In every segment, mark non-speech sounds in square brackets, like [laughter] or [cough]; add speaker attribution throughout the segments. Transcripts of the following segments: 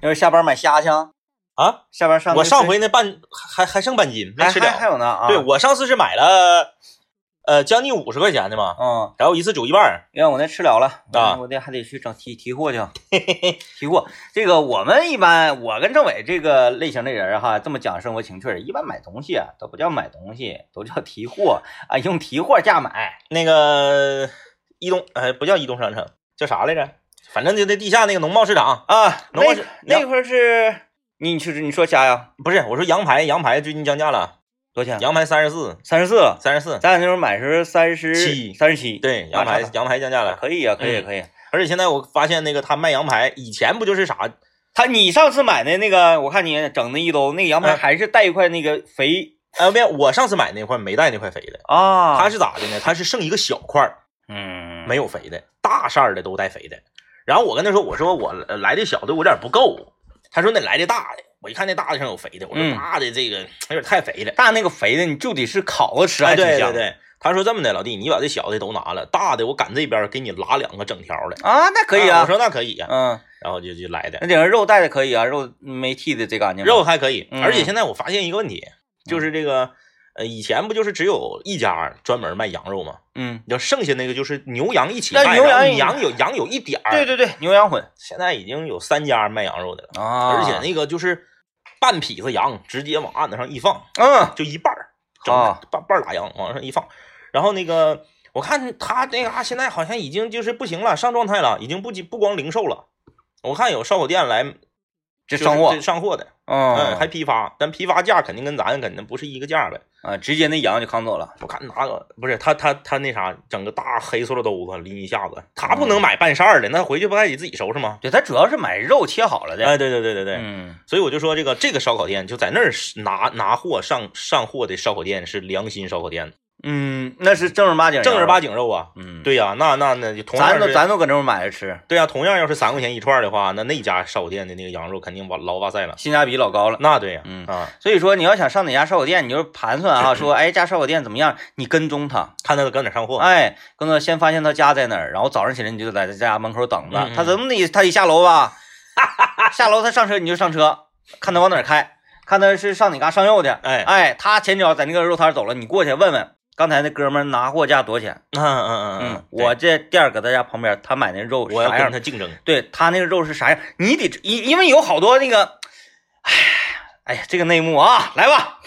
Speaker 1: 要是下班买虾去啊，
Speaker 2: 啊，
Speaker 1: 下班上
Speaker 2: 我上
Speaker 1: 回
Speaker 2: 回那半还还剩半斤没
Speaker 1: 还
Speaker 2: 吃
Speaker 1: 还还
Speaker 2: 了。
Speaker 1: 有呢啊，
Speaker 2: 对，我上次是买了，呃，将近五十块钱的嘛，
Speaker 1: 嗯，
Speaker 2: 然后一次煮一半儿。
Speaker 1: 因为我那吃了了
Speaker 2: 啊
Speaker 1: 我那还得去整提提货去啊，提货。这个我们一般，我跟政委这个类型的人儿哈，这么讲生活情趣儿，一般买东西啊都不叫买东西，都叫提货啊，用提货价买。
Speaker 2: 那个移动，哎，不叫移动商城，叫啥来着？反正就那地下那个农贸市场，
Speaker 1: 啊，
Speaker 2: 农贸
Speaker 1: 那
Speaker 2: 市
Speaker 1: 那会儿是你去你说虾呀，
Speaker 2: 不是，我说羊排，羊排最近降价了，
Speaker 1: 多少钱？啊
Speaker 2: 羊排三十四，
Speaker 1: 三十四。
Speaker 2: 三十四，
Speaker 1: 咱俩那时候买是三十
Speaker 2: 七
Speaker 1: 三十七。
Speaker 2: 对，
Speaker 1: 啊
Speaker 2: 羊排
Speaker 1: 差不多
Speaker 2: 羊排降价了，
Speaker 1: 可以啊，可以啊
Speaker 2: 嗯
Speaker 1: 可以啊。
Speaker 2: 而且现在我发现那个他卖羊排，以前不就是啥
Speaker 1: 他你上次买的那个，我看你整那一兜那个羊排
Speaker 2: 嗯
Speaker 1: 还是带一块那个肥
Speaker 2: 哎，没有，我上次买那块没带那块肥的，
Speaker 1: 啊他
Speaker 2: 它
Speaker 1: 是
Speaker 2: 是咋的呢？它是剩一个小块儿
Speaker 1: 嗯
Speaker 2: 没有肥的，大扇儿的都带肥的。然后我跟他说，我说我呃来的小的我有点不够，他说那来的大的，我一看那大的上有肥的，我说
Speaker 1: 嗯
Speaker 2: 大的这个有点太肥了。
Speaker 1: 大那个肥的，你就得是烤着吃
Speaker 2: 哎，
Speaker 1: 还挺
Speaker 2: 对对
Speaker 1: 香。
Speaker 2: 对，他说这么的，老弟，你把这小的都拿了，大的我赶这边给你拉两个整条的，
Speaker 1: 啊，那可以
Speaker 2: 我
Speaker 1: 啊，
Speaker 2: 说那可以呀、
Speaker 1: 嗯，
Speaker 2: 然后就就来的
Speaker 1: 那顶上肉带的可以啊，肉没剃的贼干净。
Speaker 2: 肉还可以，
Speaker 1: 嗯
Speaker 2: 而且现在我发现一个问题，就是这个呃，以前不就是只有一家专门卖羊肉吗？
Speaker 1: 嗯，
Speaker 2: 要剩下那个就是牛羊一起
Speaker 1: 那
Speaker 2: 卖，
Speaker 1: 牛
Speaker 2: 然后
Speaker 1: 羊一
Speaker 2: 羊有羊有一点儿，
Speaker 1: 对对对，牛羊混
Speaker 2: 现在已经有三家卖羊肉的了，
Speaker 1: 啊，
Speaker 2: 而且那个就是半匹子羊直接往案子上一放，
Speaker 1: 嗯
Speaker 2: 就一半儿，整
Speaker 1: 啊
Speaker 2: 半半拉羊往上一放，然后那个我看他那嘎、现在好像已经就是不行了，上状态了，已经不仅不光零售了，我看有烧烤店来
Speaker 1: 这
Speaker 2: 就是
Speaker 1: 上货
Speaker 2: 对，上货的，嗯，还
Speaker 1: 嗯
Speaker 2: 批发，但批发价肯定跟咱肯定不是一个价呗。
Speaker 1: 啊，直接那羊就扛走了。
Speaker 2: 我看拿个不是他他他那啥，整个大黑塑料兜子拎一下子，他不
Speaker 1: 嗯
Speaker 2: 能买半扇儿的，那回去不还得自己收拾吗？
Speaker 1: 对，他主要是买肉切好了的。
Speaker 2: 哎，对对对对对，
Speaker 1: 嗯，
Speaker 2: 所以我就说这个这个烧烤店就在那儿拿拿货上上货的烧烤店是良心烧烤店，
Speaker 1: 嗯，那是正儿八经，
Speaker 2: 正儿八。经肉啊。
Speaker 1: 嗯，，
Speaker 2: 对呀、那那那就同样
Speaker 1: 咱都
Speaker 2: 是
Speaker 1: 咱都搁那儿买着吃，
Speaker 2: 对呀、同样要是三块钱一串的话，那那家烧烤店的那个羊肉肯定哇老哇塞了。
Speaker 1: 性价比老高了。
Speaker 2: 那对呀、
Speaker 1: 嗯
Speaker 2: 啊，
Speaker 1: 所以说，你要想上哪家烧烤店，你就盘算
Speaker 2: [coughs]
Speaker 1: 啊，说，哎，这家烧烤店怎么样？你跟踪他，
Speaker 2: 看他搁哪上货。
Speaker 1: 哎，跟他先发现他家在哪儿，然后早上起来你就在他家门口等着
Speaker 2: 嗯嗯，
Speaker 1: 他怎么得他得下楼
Speaker 2: [laughs]
Speaker 1: 吧？下楼他上车你就上车，看他往哪儿开，看他是上哪嘎上右去。
Speaker 2: 哎，
Speaker 1: 哎，他前脚在那个肉摊走了，你过去问问，刚才那哥们儿拿货价多少钱？
Speaker 2: 嗯嗯嗯嗯，对
Speaker 1: 我这店儿搁他家旁边，他买那肉
Speaker 2: 我要
Speaker 1: 啥样
Speaker 2: 跟？他竞争。
Speaker 1: 对他那个肉是啥样？你得因因为有好多那个，哎，哎呀，这个内幕啊，来吧，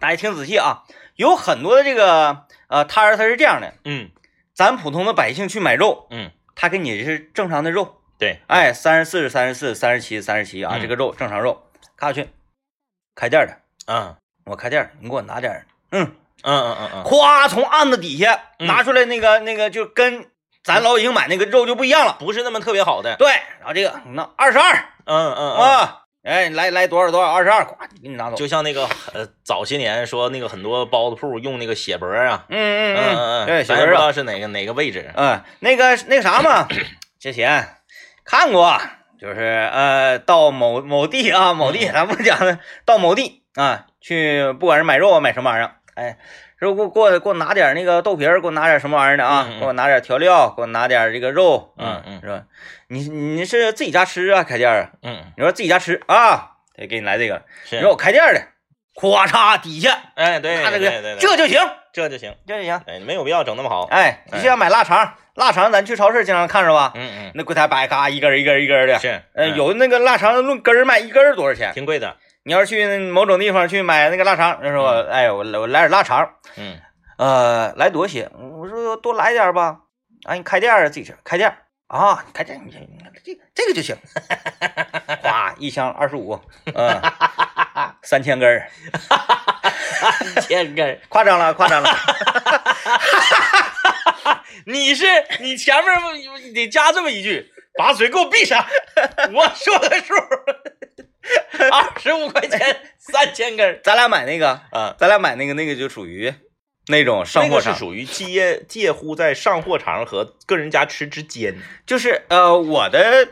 Speaker 1: 大家听仔细啊，有很多的这个呃摊儿，它是这样的，
Speaker 2: 嗯
Speaker 1: 咱普通的百姓去买肉，
Speaker 2: 嗯，
Speaker 1: 他给你是正常的肉，
Speaker 2: 对，
Speaker 1: 哎，三十四是三十四，三十七三十七啊，
Speaker 2: 嗯
Speaker 1: 这个肉正常肉，看下去，开店的，
Speaker 2: 嗯
Speaker 1: 我开店的，你给我拿点儿，嗯，
Speaker 2: 嗯嗯嗯嗯，
Speaker 1: 夸从案子底下
Speaker 2: 嗯
Speaker 1: 拿出来那个、那个，就跟咱老百姓买那个肉就不一样了，
Speaker 2: 不是那么特别好的。
Speaker 1: 对，然后这个那二十二。
Speaker 2: 嗯嗯嗯。
Speaker 1: 啊，哎，来来多少多少二十二，咵给你拿走。
Speaker 2: 就像那个呃，早些年说那个很多包子铺用那个血脖啊，
Speaker 1: 嗯
Speaker 2: 嗯
Speaker 1: 嗯嗯，对，小
Speaker 2: 咱也不
Speaker 1: 人
Speaker 2: 知
Speaker 1: 啊，
Speaker 2: 道是哪个哪个位置，啊
Speaker 1: 嗯，那个那个啥嘛， [coughs] 之前看过，就是呃，到某某地啊，某地，
Speaker 2: 嗯
Speaker 1: 咱不讲了，到某地啊，去不管是买肉啊，买什么玩意儿，哎。说给我给我给我拿点那个豆皮儿，给我拿点什么玩意儿的啊？
Speaker 2: 嗯嗯
Speaker 1: 给我拿点调料，给我拿点这个肉，啊
Speaker 2: 嗯嗯
Speaker 1: 是吧？你你是自己家吃啊，开店儿啊？
Speaker 2: 嗯，
Speaker 1: 你说自己家吃啊，得给你来这个。
Speaker 2: 是
Speaker 1: 你说，我开店的，咵嚓底下
Speaker 2: 哎，对，
Speaker 1: 拿这
Speaker 2: 对对
Speaker 1: 个，
Speaker 2: 对
Speaker 1: 这就行，
Speaker 2: 这就行，
Speaker 1: 这就行。
Speaker 2: 哎，没有必要整那么好，
Speaker 1: 哎，你就像买腊肠，腊肠咱去超市经常看着吧？
Speaker 2: 嗯
Speaker 1: 那柜台摆嘎一根儿一根儿一根儿
Speaker 2: 嗯，
Speaker 1: 的，
Speaker 2: 是，
Speaker 1: 呃，有那个腊肠论根儿卖，一根儿多少钱？
Speaker 2: 挺贵的，
Speaker 1: 你要是去某种地方去买那个腊肠，人说我哎我来我来点腊肠， [laughs]
Speaker 2: 嗯
Speaker 1: 呃，来多些，我说多来点儿吧。哎，你开店儿自己吃，开店儿啊，你开店儿，你这这这个就行。哗，一箱二十五， [laughs] 嗯，三千根儿，
Speaker 2: 千根，
Speaker 1: 夸张了，夸张了。
Speaker 2: [laughs] 你是你前面不得加这么一句，把嘴给我闭上， [laughs] 我说个数，二十五块
Speaker 1: [laughs]
Speaker 2: 钱三千根，
Speaker 1: 咱俩买那个，
Speaker 2: 啊，
Speaker 1: 咱俩买那个那个就属于那种上
Speaker 2: 那
Speaker 1: 货
Speaker 2: 个是
Speaker 1: 场，
Speaker 2: 属于介介乎在上货场和个人家吃之间，
Speaker 1: 就是呃，我的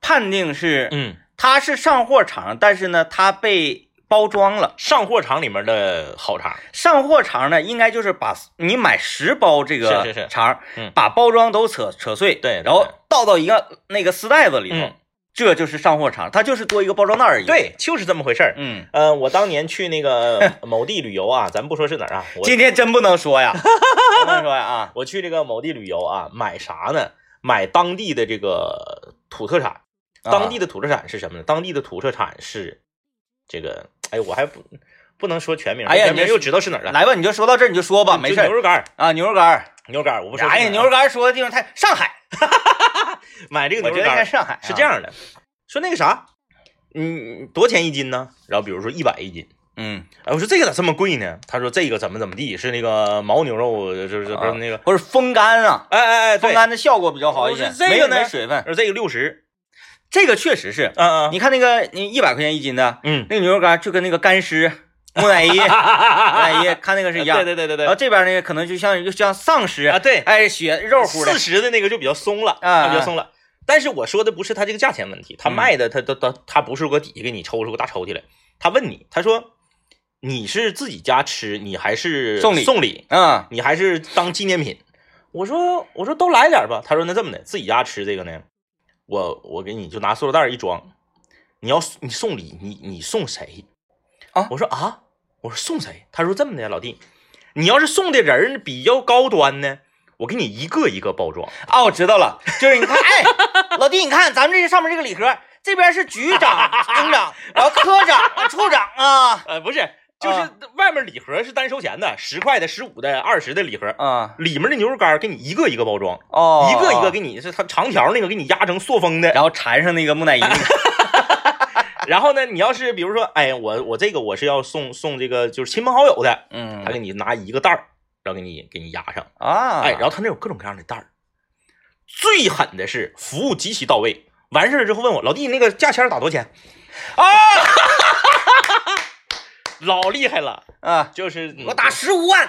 Speaker 1: 判定是，
Speaker 2: 嗯。
Speaker 1: 它是上货场，但是呢，它被包装了。
Speaker 2: 上货场里面的好肠，
Speaker 1: 上货场呢，应该就是把你买十包这个肠，
Speaker 2: 是是是嗯
Speaker 1: 把包装都扯扯碎，
Speaker 2: 对对
Speaker 1: 然后倒到一个那个丝带子里头，
Speaker 2: 嗯
Speaker 1: 这就是上货场，它就是多一个包装袋而已。，
Speaker 2: 对，就是这么回事儿。
Speaker 1: 嗯，
Speaker 2: 呃，我当年去
Speaker 1: [laughs]
Speaker 2: 那个某地旅游啊，咱不说是哪儿啊，我
Speaker 1: 今天真不能说
Speaker 2: [laughs]
Speaker 1: 呀，不能说呀啊，
Speaker 2: 我去这个某地旅游啊，买啥呢？买当地的这个土特产。当地
Speaker 1: 的
Speaker 2: 的土特产是什么呢？当地的土特产是这个，哎，我还不不能说全名，
Speaker 1: 哎呀
Speaker 2: 全名
Speaker 1: 你
Speaker 2: 又知道是哪儿了。
Speaker 1: 来吧，你就说到这儿你就说吧，
Speaker 2: 就
Speaker 1: 没事儿
Speaker 2: 牛肉干儿，
Speaker 1: 啊，牛肉干儿，
Speaker 2: 牛肉干儿，我不说。啊
Speaker 1: 哎呀，牛肉，干儿说的地方太上海，
Speaker 2: 买这个
Speaker 1: 我
Speaker 2: 牛
Speaker 1: 觉得
Speaker 2: 肉
Speaker 1: 应
Speaker 2: 干
Speaker 1: 该
Speaker 2: 儿
Speaker 1: 上海啊
Speaker 2: 是这，样的，说那个啥，嗯，多少钱一斤呢？然后比如说一百一斤。
Speaker 1: 嗯，
Speaker 2: 哎，我说这个咋这么贵呢？他说这个怎么怎么地，是那个牦牛肉，就是不是那个，
Speaker 1: 啊或者风干啊，
Speaker 2: 哎哎哎，
Speaker 1: 风
Speaker 2: 对，
Speaker 1: 干的效果比较好一些
Speaker 2: 我，说这
Speaker 1: 没
Speaker 2: 个呢
Speaker 1: 没水分，
Speaker 2: 而这个六十，
Speaker 1: 这个确实是，
Speaker 2: 嗯嗯
Speaker 1: 你看那个你一百块钱一斤的
Speaker 2: 嗯，
Speaker 1: 那个牛肉干儿就跟那个干尸木
Speaker 2: [laughs]
Speaker 1: 乃伊木乃伊看那个是一样
Speaker 2: 啊对，对对
Speaker 1: 然
Speaker 2: 对对
Speaker 1: 后，这边那个可能就像就像丧尸
Speaker 2: 啊对，
Speaker 1: 哎，血肉乎的
Speaker 2: 四，十的那个就比较松了，
Speaker 1: 啊
Speaker 2: 它比较松了。但是我说的不是它这个价钱问题，他
Speaker 1: 嗯
Speaker 2: 卖的他他他他不是搁底下给你抽出个大抽屉来，他问你，他说你是自己家吃，你还是
Speaker 1: 送礼
Speaker 2: 送礼，
Speaker 1: 嗯
Speaker 2: 你还是当纪念品？我说我说都来点吧。他说那这么的，自己家吃这个呢，我我给你就拿塑料袋儿一装，你要你送礼，你你送谁
Speaker 1: 啊
Speaker 2: 我说啊，我说送谁？他说这么的呀，老弟，你要是送的人儿比较高端呢，我给你一个一个包装。
Speaker 1: 啊，我知道了，就是你看，哎， [laughs] 老弟，你看咱们这上面这个礼盒，这边是局
Speaker 2: [laughs]
Speaker 1: 长、营长，然后科长、处长啊，
Speaker 2: 呃，不是，就是
Speaker 1: 啊
Speaker 2: 外面礼盒是单收钱的，十块的、十五的、二十的礼盒，
Speaker 1: 啊，
Speaker 2: 里面的牛肉干儿给你一个一个包装，
Speaker 1: 哦，
Speaker 2: 一个一个
Speaker 1: 给，
Speaker 2: 给你是它长条那个给你压成塑封的。
Speaker 1: 然后缠上那个木乃伊那个，
Speaker 2: 然后呢，你要是比如说，哎，我我这个我是要送送这个就是亲朋好友的，
Speaker 1: 嗯
Speaker 2: 他给你拿一个袋儿，然后给你给你压上，
Speaker 1: 啊，
Speaker 2: 哎，然后他那有各种各样的袋儿，最狠的是服务极其到位，完事儿之后问我老弟那个价签儿打多少钱啊， [laughs] 老厉害了，
Speaker 1: 啊，
Speaker 2: 就是
Speaker 1: 我打十五万，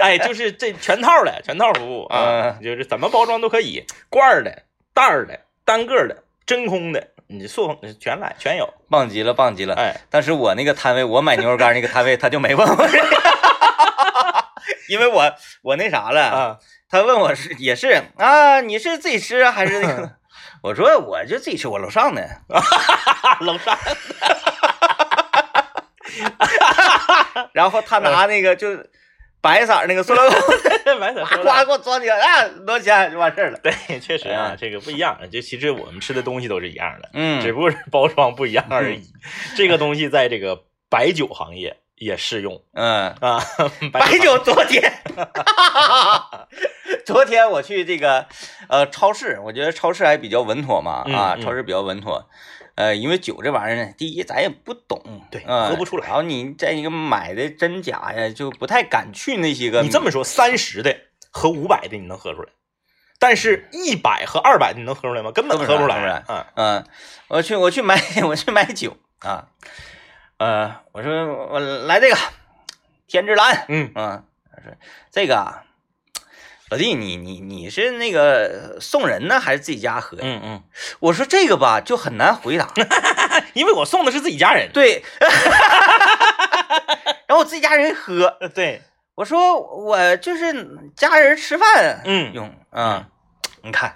Speaker 2: 哎，就是这全套的全套服务啊，就是怎么包装都可以，罐儿的、袋儿的、单个儿的、真空的，你塑封全来全有，
Speaker 1: [laughs] 棒极了，棒极了。
Speaker 2: 哎。
Speaker 1: 但是我那个摊位，我买牛肉干那个摊位，他就没问我这个， [laughs] 因为我我那啥了，
Speaker 2: 啊，
Speaker 1: 他问我是也是啊，你是自己吃啊还是那 [laughs] 个？我说我就自己吃，我楼上的。
Speaker 2: 楼啊上
Speaker 1: 然后他拿那个就白色儿那个啊塑料桶，
Speaker 2: 买点
Speaker 1: 呱呱给我装起来，啊，多少钱就完事儿了。
Speaker 2: 对，确实啊
Speaker 1: 哎，
Speaker 2: 这个不一样。就其实我们吃的东西都是一样的，只
Speaker 1: 嗯，
Speaker 2: 不过是包装不一样而已。这个东西在这个白酒行业也适用
Speaker 1: 嗯，
Speaker 2: 啊。
Speaker 1: 白
Speaker 2: 酒
Speaker 1: [laughs] 酒昨天，昨天我去这个呃超市，我觉得超市还比较稳妥嘛，
Speaker 2: 嗯
Speaker 1: 啊，
Speaker 2: 嗯
Speaker 1: 超市比较稳妥。呃，因为酒这玩意儿呢，第一咱也不懂，
Speaker 2: 对
Speaker 1: 嗯
Speaker 2: 喝不出来
Speaker 1: 然后你再一个买的真假呀，就不太敢去那些个。
Speaker 2: 你这么说，三十的和五百的你能喝出来，但是一百和二百你能喝出来吗？根本
Speaker 1: 喝不
Speaker 2: 喝
Speaker 1: 出
Speaker 2: 不
Speaker 1: 来
Speaker 2: 来。嗯，
Speaker 1: 嗯，我去，我去买， [laughs] 我去买酒啊。呃，我说我来这个天之蓝，
Speaker 2: 嗯，
Speaker 1: 嗯，他说这个啊老弟，你你你是那个送人呢，还是自己家喝呀？
Speaker 2: 嗯嗯，
Speaker 1: 我说这个吧，就很难回
Speaker 2: [laughs]
Speaker 1: 答。
Speaker 2: 因为我送的是自己家人。
Speaker 1: 对， [laughs] 然后我自己家人喝，
Speaker 2: 对对，
Speaker 1: 我说我就是家人吃饭
Speaker 2: 嗯
Speaker 1: 用，嗯，你看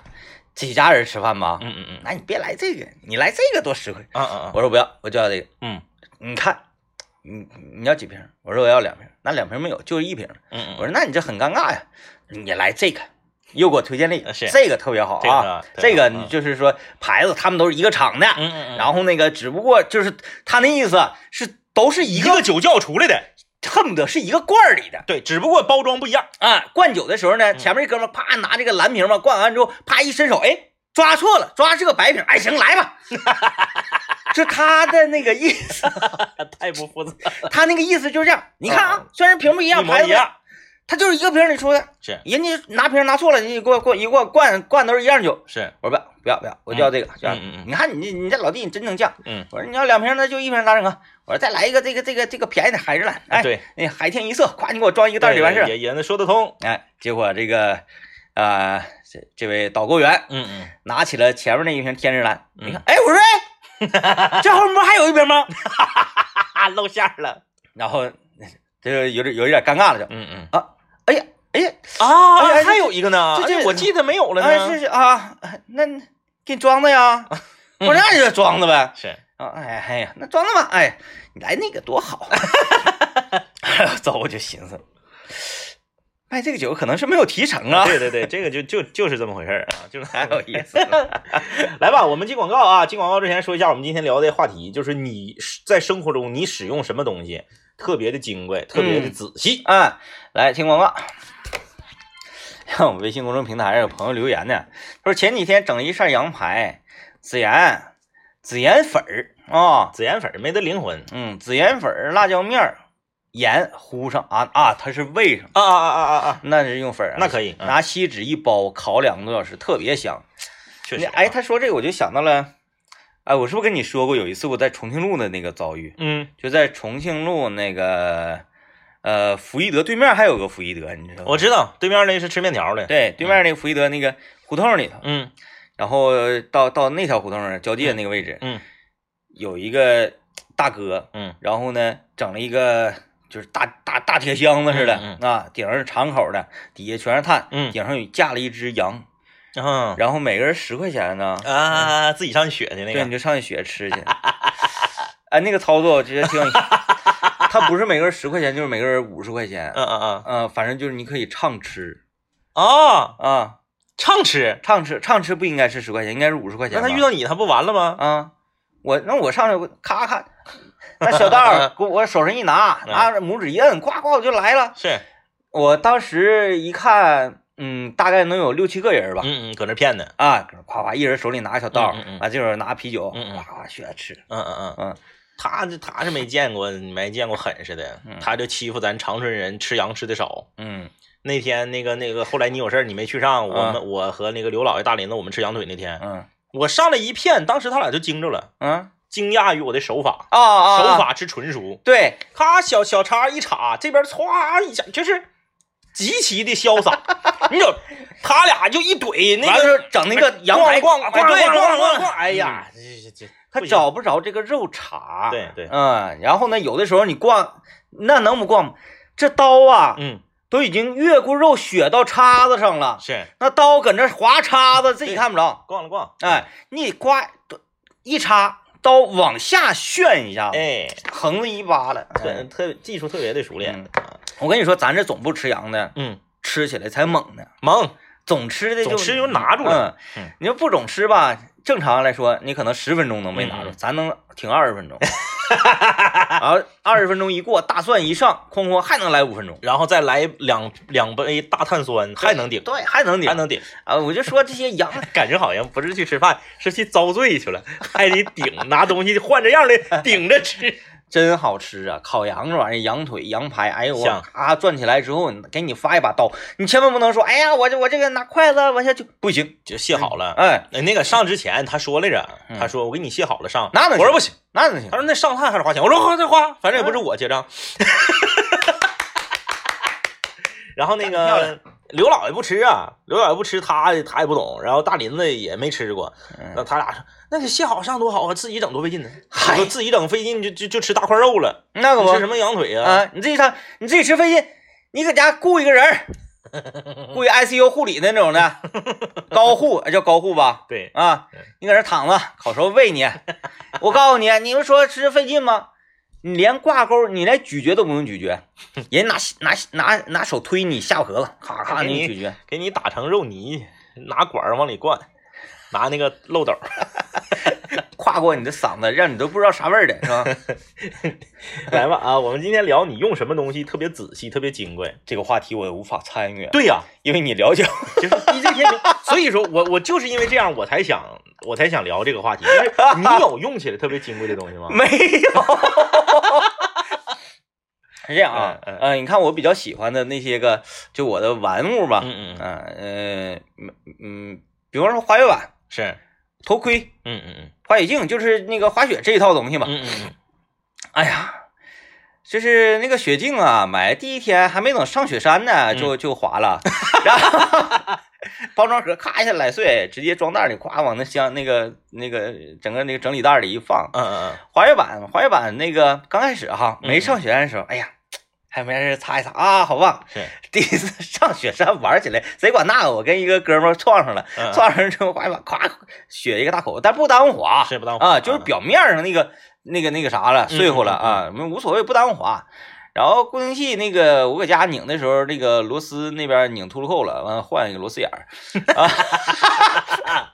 Speaker 1: 自己家人吃饭吧，
Speaker 2: 嗯嗯嗯，
Speaker 1: 那你别来这个，你来这个多实惠。
Speaker 2: 啊啊啊，
Speaker 1: 我说不要，我就要这个。
Speaker 2: 嗯
Speaker 1: 你看，你你要几瓶？我说我要两瓶，那两瓶没有，就是一瓶。
Speaker 2: 嗯
Speaker 1: 我
Speaker 2: 嗯，
Speaker 1: 说那你这很尴尬呀，你来这个，又给我推荐了一个，
Speaker 2: 呃是
Speaker 1: 这个特别好
Speaker 2: 这个
Speaker 1: 啊
Speaker 2: 啊，
Speaker 1: 这
Speaker 2: 对
Speaker 1: 个
Speaker 2: 啊
Speaker 1: 你
Speaker 2: 嗯
Speaker 1: 就是说牌子他们都是一个厂的，
Speaker 2: 嗯嗯嗯，
Speaker 1: 然后那个只不过就是他那意思啊是都是一
Speaker 2: 一
Speaker 1: 个
Speaker 2: 个酒窖出来的，
Speaker 1: 恨不得是一个罐儿里的
Speaker 2: 对，只不过包装不一样。
Speaker 1: 啊。灌酒的时候
Speaker 2: 嗯
Speaker 1: 呢，前面这哥们儿啪拿这个蓝瓶嘛，灌完之后啪一伸手，哎，抓错了，抓是个白瓶，哎行来
Speaker 2: [laughs]
Speaker 1: 吧，就他的那个意思，
Speaker 2: 太不负责，
Speaker 1: 他那个意思就是这样。你看啊
Speaker 2: 嗯，
Speaker 1: 虽然瓶不一样，
Speaker 2: 一模
Speaker 1: 牌
Speaker 2: 一
Speaker 1: 子不一样，
Speaker 2: 样。
Speaker 1: 他就是一个瓶里出的。
Speaker 2: 是
Speaker 1: 人家拿瓶拿错了，你给我给我一给我灌灌都是一样酒。
Speaker 2: 是，
Speaker 1: 我说不要不要不要，我就要这个，就要
Speaker 2: 嗯嗯嗯
Speaker 1: 你看你这你这老弟你真能犟。
Speaker 2: 嗯，
Speaker 1: 我说你要两瓶那就一瓶咋整啊？我说再来一个这个这个这个便宜的海之蓝，哎，
Speaker 2: 啊对，
Speaker 1: 那海天一色，夸你给我装一个袋儿
Speaker 2: 对
Speaker 1: 就完事儿。
Speaker 2: 也也能说得通。
Speaker 1: 哎，结果这个啊、呃这这位导购员
Speaker 2: 嗯嗯。
Speaker 1: 拿起了前面那一瓶天之蓝，
Speaker 2: 嗯
Speaker 1: 你看，哎，我说
Speaker 2: [laughs]
Speaker 1: 哎，这后面不还有一瓶吗？
Speaker 2: 啊，露馅儿了。
Speaker 1: 然后这就有点有一点尴尬了就，
Speaker 2: 嗯嗯，
Speaker 1: 哎呀，哎呀，
Speaker 2: 啊，
Speaker 1: 哎呀
Speaker 2: 还有一个呢，
Speaker 1: 这这
Speaker 2: 哎我记得没有了呢。
Speaker 1: 哎是是啊，那给你装的
Speaker 2: [laughs]
Speaker 1: 呀？我说那你就装的呗。
Speaker 2: 是
Speaker 1: 啊，哎呀哎呀，那装的吧，哎，你来那个多好。哎
Speaker 2: [laughs]
Speaker 1: 呀，走，我就寻思，卖这个酒可能是没有提成啊， [laughs]
Speaker 2: 对对对，这个就就就是这么回事儿啊，就是
Speaker 1: 太有意思了。
Speaker 2: [laughs] 来吧，我们接广告啊！接广告之前说一下，我们今天聊的话题就是你在生活中你使用什么东西特别的金贵，特别的仔细。
Speaker 1: 啊，来听广告。看我们微信公众平台上有朋友留言呢，他说前几天整一扇羊排，孜然、孜然粉儿啊、
Speaker 2: 孜然粉儿没得灵魂
Speaker 1: 嗯，孜然粉儿、辣椒面儿、盐糊上啊啊，它是煨上，
Speaker 2: 啊啊啊啊啊！
Speaker 1: 那是用粉儿啊，
Speaker 2: 那可以嗯
Speaker 1: 拿锡纸一包，烤两个多小时，特别香。
Speaker 2: 确
Speaker 1: 你
Speaker 2: 实，
Speaker 1: 哎，，他说这个我就想到了，哎，我是不是跟你说过有一次我在重庆路的那个遭遇？
Speaker 2: 嗯，
Speaker 1: 就在重庆路那个呃福义德对面还有个福义德，你知道吗？
Speaker 2: 我知道对面那是吃面条的，，
Speaker 1: 对，对面那个福一德那个胡同里头，
Speaker 2: 嗯
Speaker 1: 然后到到那条胡同上交界那个位置，
Speaker 2: 嗯
Speaker 1: 有一个大哥，
Speaker 2: 嗯
Speaker 1: 然后呢整了一个就是大大大铁箱子似的、
Speaker 2: 嗯
Speaker 1: 啊，顶上是敞口的，底下全是炭，
Speaker 2: 嗯
Speaker 1: 顶上有架了一只羊，
Speaker 2: [laughs] 嗯
Speaker 1: 然后每个人十块钱呢，
Speaker 2: 啊，自己上学的那
Speaker 1: 对，你
Speaker 2: 个，
Speaker 1: 就上去学吃去。 [laughs] 哎，那个操作我觉得挺有意思， [laughs] 他不是每个人十块钱，就是每个人五十块钱，
Speaker 2: 嗯嗯
Speaker 1: 呃，反正就是你可以畅吃
Speaker 2: 嗯，啊，
Speaker 1: 啊。
Speaker 2: 畅吃，
Speaker 1: 畅吃畅吃不应该是十块钱，应该是五十块钱
Speaker 2: 那
Speaker 1: 吧。
Speaker 2: 他遇到你他不完了吗？
Speaker 1: 啊，我那我上去我咔咔，那小道儿给我手上一拿，
Speaker 2: 嗯
Speaker 1: 拿着拇指一摁，呱呱我就来了。
Speaker 2: 是，
Speaker 1: 我当时一看，嗯，大概能有六七个人吧。
Speaker 2: 嗯嗯，搁那骗呢，
Speaker 1: 啊，搁那夸夸，一人手里拿个小道儿
Speaker 2: 嗯嗯嗯，
Speaker 1: 完这会儿拿啤酒，
Speaker 2: 嗯嗯
Speaker 1: 夸夸学着吃。
Speaker 2: 嗯嗯嗯
Speaker 1: 嗯，
Speaker 2: 他这他是没见过，没见过狠似的
Speaker 1: 嗯，
Speaker 2: 他就欺负咱长春人吃羊吃的少。
Speaker 1: 嗯
Speaker 2: 那天那个那个，后来你有事儿你没去上，我们、
Speaker 1: 啊
Speaker 2: 我和那个刘老爷大林子，我们吃羊腿那天，
Speaker 1: 嗯
Speaker 2: 我上来一片，当时他俩就惊着了，
Speaker 1: 嗯
Speaker 2: 惊讶于我的手法，
Speaker 1: 啊啊，
Speaker 2: 啊手
Speaker 1: 啊
Speaker 2: 法之纯熟，
Speaker 1: 对，
Speaker 2: 咔小小叉一插，这边歘一下，就是极其的潇 [laughs] 洒。你瞅他俩就一怼那
Speaker 1: 完了之
Speaker 2: 个
Speaker 1: 后整那个羊排
Speaker 2: 逛
Speaker 1: 哎
Speaker 2: 逛逛
Speaker 1: 对逛
Speaker 2: 逛逛
Speaker 1: 逛
Speaker 2: 逛
Speaker 1: 逛，
Speaker 2: 逛，哎呀，这这这
Speaker 1: 他
Speaker 2: 不行
Speaker 1: 找不着这个肉茬。
Speaker 2: 对对
Speaker 1: 嗯，然后呢，有的时候你逛，那能不逛吗？这刀啊，
Speaker 2: 嗯
Speaker 1: 都已经越过肉血到叉子上了，
Speaker 2: 是
Speaker 1: 那刀搁那划叉子，自己看不着。
Speaker 2: 逛了逛，
Speaker 1: 哎，你刮一插，刀往下旋一下子，
Speaker 2: 哎，
Speaker 1: 横着一扒拉。
Speaker 2: 特
Speaker 1: 哎
Speaker 2: 特技术特别的熟练，啊
Speaker 1: 我跟你说，咱这总不吃羊的，
Speaker 2: 嗯，
Speaker 1: 吃起来才猛呢。
Speaker 2: 萌，
Speaker 1: 总吃的就
Speaker 2: 总吃就拿住了。
Speaker 1: 嗯
Speaker 2: 嗯，
Speaker 1: 你要不总吃吧，正常来说，你可能十分钟能没拿住，
Speaker 2: 嗯嗯
Speaker 1: 咱能挺二十分
Speaker 2: [laughs]
Speaker 1: 钟。然后二十分钟一过，大蒜一上，哐哐还能来五分钟，
Speaker 2: 然后再来两两杯大碳酸，还能顶。
Speaker 1: 对，还能顶
Speaker 2: 还能顶，
Speaker 1: 啊！我就说这些
Speaker 2: [laughs]
Speaker 1: 羊，
Speaker 2: 感觉好像不是去吃饭，是去遭罪去了，还得顶，拿东西换着样 [laughs] 的顶着吃。
Speaker 1: 真好吃啊！烤羊这玩意儿，羊腿、羊排，哎呦我
Speaker 2: 香
Speaker 1: 啊，转起来之后，给你发一把刀，你千万不能说，哎呀，我这我这个拿筷子往下就不行，
Speaker 2: 就卸好了。
Speaker 1: 哎，
Speaker 2: 哎，那个上之前他说来着，啊
Speaker 1: 嗯
Speaker 2: 他说我给你卸好了上，
Speaker 1: 那能
Speaker 2: 我说不行，
Speaker 1: 那能行
Speaker 2: 他？说那上炭还得花钱，我说花再花，反正也不是我结账。 [laughs] 然后那
Speaker 1: 漂
Speaker 2: 个
Speaker 1: 亮
Speaker 2: 刘老爷不吃啊，刘老爷不吃他，他也不懂，然后大林子也没吃过，
Speaker 1: 嗯
Speaker 2: 那他俩说那你卸好上多好啊，自己整多费劲呢，
Speaker 1: 嗨
Speaker 2: 我说自己整费劲就就就吃大块肉了，
Speaker 1: 那可
Speaker 2: 你
Speaker 1: 不
Speaker 2: 吃什么羊腿啊？
Speaker 1: 啊，你自己上，你自己吃费劲，你搁家雇一个人儿，雇一 ICU 护理那种的，高护哎叫高护吧，
Speaker 2: 对，
Speaker 1: 啊，你搁这躺着，烤熟喂你，我告诉你，你不说吃费劲吗？你连挂钩，你连咀嚼都不用咀嚼，人拿拿拿拿手推你下巴壳子，咔咔
Speaker 2: 给
Speaker 1: 你
Speaker 2: 你
Speaker 1: 咀嚼，
Speaker 2: 给你打成肉泥，拿管儿往里灌，拿那个漏斗儿，
Speaker 1: 跨过你的嗓子，让你都不知道啥味儿的，是吧？
Speaker 2: [laughs] 来吧啊！我们今天聊你用什么东西特别仔细，特别金贵。
Speaker 1: 这个话题我无法参与，啊
Speaker 2: 对呀、
Speaker 1: 因为你了解我，
Speaker 2: 就是 DJ 天平，所以说我我就是因为这样，我才想我才想聊这个话题。就是你有用起来特别金贵的东西吗？
Speaker 1: 没有。 [laughs] 是这样啊，
Speaker 2: 嗯嗯
Speaker 1: 呃，你看我比较喜欢的那些个，就我的玩物吧，
Speaker 2: [laughs] 嗯嗯，
Speaker 1: 啊，呃，嗯嗯，比方说滑雪板、
Speaker 2: 是，
Speaker 1: 头盔、
Speaker 2: 嗯嗯
Speaker 1: 滑雪镜，就是那个滑雪这一套东西
Speaker 2: 嗯
Speaker 1: 嘛。
Speaker 2: 嗯嗯
Speaker 1: 哎呀，就是那个雪镜啊，买第一天还没等上雪山
Speaker 2: 嗯
Speaker 1: 呢，就就滑了， [laughs] 然后包装盒咔一下来碎，直接装袋里，咵往那箱那个那个整个那个整理袋里一放
Speaker 2: 嗯。嗯嗯嗯
Speaker 1: 滑雪板，滑雪板那个刚开始哈，没上雪山的时候，哎呀，还没事擦一擦啊，好棒！
Speaker 2: 是
Speaker 1: [laughs] 第一次上雪山玩起来，谁管那个？我跟一个哥们儿撞上了，
Speaker 2: 嗯
Speaker 1: 撞上之后叭叭咵雪一个大口，但不耽误滑，
Speaker 2: 是不耽误
Speaker 1: 啊，就是表面上那个那个那个啥了，
Speaker 2: 嗯
Speaker 1: 碎乎了
Speaker 2: 嗯
Speaker 1: 啊，没无所谓，不耽误滑。然后固定器那个我搁家拧的时候，那个螺丝那边拧秃噜扣了，完了换一个螺丝眼
Speaker 2: [laughs]
Speaker 1: 儿， [laughs] 啊，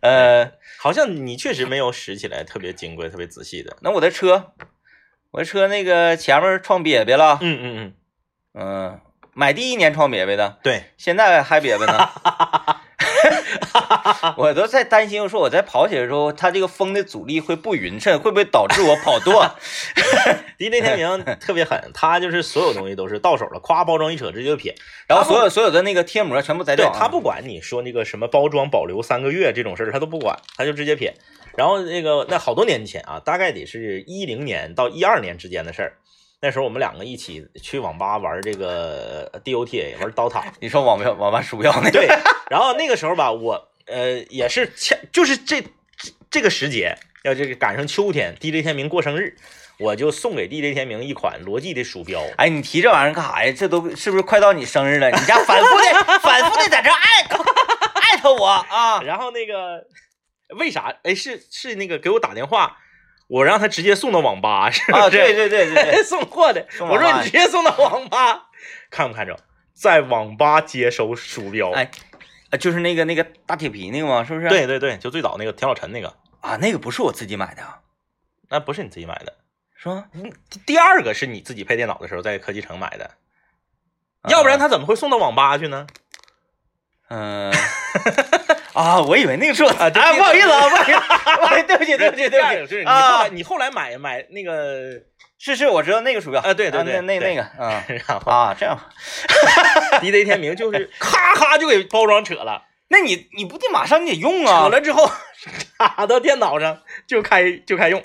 Speaker 1: 呃，
Speaker 2: 好像你确实没有拾起来特别精规、特别仔细的。
Speaker 1: 那我的车，我的车那个前面撞瘪瘪了，
Speaker 2: 嗯嗯嗯，
Speaker 1: 嗯、买第一年撞瘪瘪的，
Speaker 2: 对，
Speaker 1: 现在还瘪瘪呢。 [laughs] 我都在担心，我说我在跑起来的时候，它这个风的阻力会不匀称，会不会导致我跑
Speaker 2: [laughs]
Speaker 1: 多？
Speaker 2: DJ 天明特别狠，他就是所有东西都是到手了，夸包装一扯直接就撇。
Speaker 1: 然后所有所有的那个贴膜全部摘
Speaker 2: 哎对
Speaker 1: 掉啊。
Speaker 2: 他不管你说那个什么包装保留三个月这种事儿，他都不管，他就直接撇。然后那个那好多年前啊，大概得是一零年到一二年之间的事儿。那时候我们两个一起去网吧玩这个呃 DOTA，玩刀塔。
Speaker 1: 哎你说网吧网吧鼠标那个，
Speaker 2: 对，然后那个时候吧，我呃也是恰就是这这这个时节，要这个赶上秋天，DJ 天明过生日，我就送给 DJ 天明一款罗技的鼠标。
Speaker 1: 哎，你提这玩意儿干啥呀？这都是不是快到你生日了？你家反复的 [laughs] 反复的在这艾特艾特我啊？
Speaker 2: 然后那个为啥？哎，是是那个给我打电话，我让他直接送到网吧，是不 [laughs] 是？
Speaker 1: 啊，对对对对对，
Speaker 2: 送货的。
Speaker 1: 送
Speaker 2: 我
Speaker 1: 网吧
Speaker 2: 说你直接送到网吧，看不看着？在网吧接收鼠标。
Speaker 1: 哎啊就是那个那个大铁皮那个吗？是啊不是？
Speaker 2: 对对对，就最早那个田小晨那个，
Speaker 1: 啊，那个不是我自己买的啊，
Speaker 2: 那不是你自己买的。
Speaker 1: 是吗？
Speaker 2: 第二个是你自己配电脑的时候在科技城买的，
Speaker 1: 啊
Speaker 2: 要不然他怎么会送到网吧去呢？
Speaker 1: 嗯， [laughs] 啊，我以为那个是我
Speaker 2: 啊对
Speaker 1: 哎，不好意思啊，
Speaker 2: [laughs]
Speaker 1: 不好意思，不好意思对不起， [laughs] 对不起，
Speaker 2: 第
Speaker 1: 对
Speaker 2: 二
Speaker 1: 不
Speaker 2: 个
Speaker 1: 起
Speaker 2: 是你后
Speaker 1: 啊
Speaker 2: 来，你后来买买那个，
Speaker 1: 是是，我知道那个鼠标
Speaker 2: 啊对对对
Speaker 1: 那那
Speaker 2: 对
Speaker 1: 那个，嗯
Speaker 2: 然后
Speaker 1: 啊，这样，
Speaker 2: DJ 天明就是咔咔就给包装扯了，
Speaker 1: 那你你不得马上你得用
Speaker 2: 扯
Speaker 1: 啊？
Speaker 2: 了之后 [laughs] 插到电脑上就开就开用。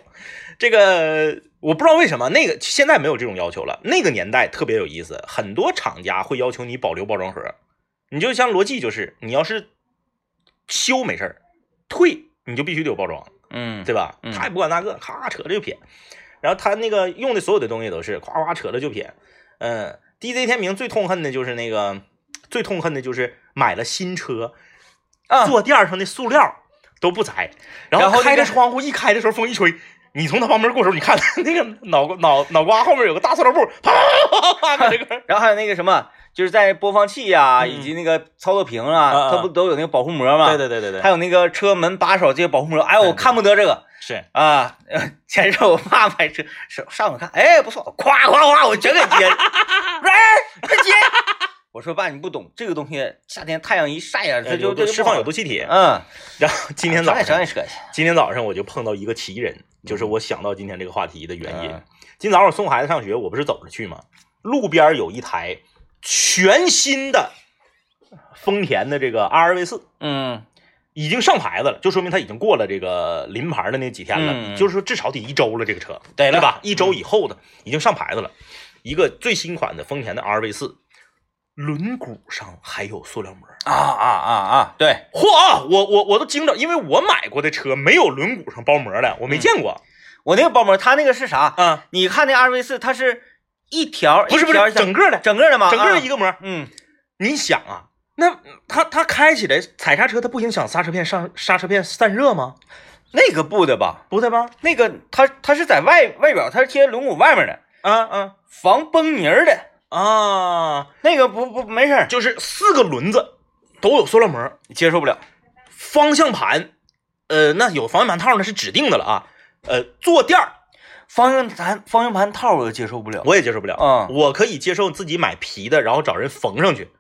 Speaker 2: 这个我不知道为什么那个现在没有这种要求了，那个年代特别有意思，很多厂家会要求你保留包装盒，你就像罗技就是，你要是修没事儿，退你就必须得有包装。
Speaker 1: 嗯，
Speaker 2: 对吧？
Speaker 1: 嗯
Speaker 2: 他也不管那个，咔扯着就撇。然后他那个用的所有的东西都是夸夸扯着就撇。嗯、d j 天明最痛恨的就是那个，最痛恨的就是买了新车，
Speaker 1: 啊，
Speaker 2: 坐垫上的塑料都不摘，
Speaker 1: 然后
Speaker 2: 后
Speaker 1: 那
Speaker 2: 开着
Speaker 1: 个
Speaker 2: 窗户一开的时候风一吹。你从他旁边过的时候，你看那个脑脑脑瓜后面有个大塑料布，啪啪啪啪啪，这个
Speaker 1: 然后还有那个什么，就是在播放器呀，
Speaker 2: 嗯
Speaker 1: 以及那个操作屏
Speaker 2: 啊
Speaker 1: 啊，
Speaker 2: 啊
Speaker 1: 它不都有那个保护膜吗？
Speaker 2: 对对对对
Speaker 1: 还
Speaker 2: 对，
Speaker 1: 有那个车门把手这些保护膜，哎，
Speaker 2: 对
Speaker 1: 我
Speaker 2: 对
Speaker 1: 看不得这个
Speaker 2: 是
Speaker 1: 啊！呃前阵我爸买车上上我看，哎，不错，夸夸夸，我全给接了，喂，快接！ [laughs] 我说爸，你不懂这个东西，夏天太阳一晒呀，它
Speaker 2: 这
Speaker 1: 就这
Speaker 2: 就
Speaker 1: 就
Speaker 2: 释哎放有
Speaker 1: 毒。
Speaker 2: 毒气体。
Speaker 1: 嗯，
Speaker 2: 然后今天早
Speaker 1: 咱也
Speaker 2: 上
Speaker 1: 整也扯去。
Speaker 2: 今天早上我就碰到一个奇人，就是我想到今天这个话题的原因。
Speaker 1: 嗯
Speaker 2: 今早上我送孩子上学，我不是走着去吗？路边有一台全新的丰田的这个 RV 四，
Speaker 1: 嗯
Speaker 2: 已经上牌子了，就说明它已经过了这个临牌的那几天了，
Speaker 1: 嗯
Speaker 2: 就是说至少得一周了。这个车
Speaker 1: 对了
Speaker 2: 对吧？一周以后的、已经上牌子了，一个最新款的丰田的 RV 四，轮毂上还有塑料膜。
Speaker 1: 啊啊啊啊，对，
Speaker 2: 嚯！我我我都惊着，因为我买过的车没有轮毂上包膜的，
Speaker 1: 嗯
Speaker 2: 我没见过。
Speaker 1: 我那个包膜，它那个是啥？
Speaker 2: 啊，
Speaker 1: 你看那 RV 四，它是一条，
Speaker 2: 不是不
Speaker 1: 一条
Speaker 2: 是
Speaker 1: 一条
Speaker 2: 整个的，
Speaker 1: 整个的吗？
Speaker 2: 整个的一
Speaker 1: 啊
Speaker 2: 个膜。
Speaker 1: 嗯，
Speaker 2: 你想啊，那它它开起来踩刹车，它不影响刹车片上刹车片散热吗？
Speaker 1: 那个布的吧，
Speaker 2: 不对吧？
Speaker 1: 那个它它是在外外表，它是贴轮毂外面的，
Speaker 2: 啊啊
Speaker 1: 防崩泥儿的，
Speaker 2: 啊！
Speaker 1: 那个不不没事儿，
Speaker 2: 就是四个轮子都有塑料膜，
Speaker 1: 接受不了。
Speaker 2: 方向盘，呃，那有方向盘套那是指定的了啊。呃，坐垫儿
Speaker 1: 方向盘方向盘套我接受不了，
Speaker 2: 我也接受不了，
Speaker 1: 嗯
Speaker 2: 我可以接受自己买皮的，然后找人缝上去，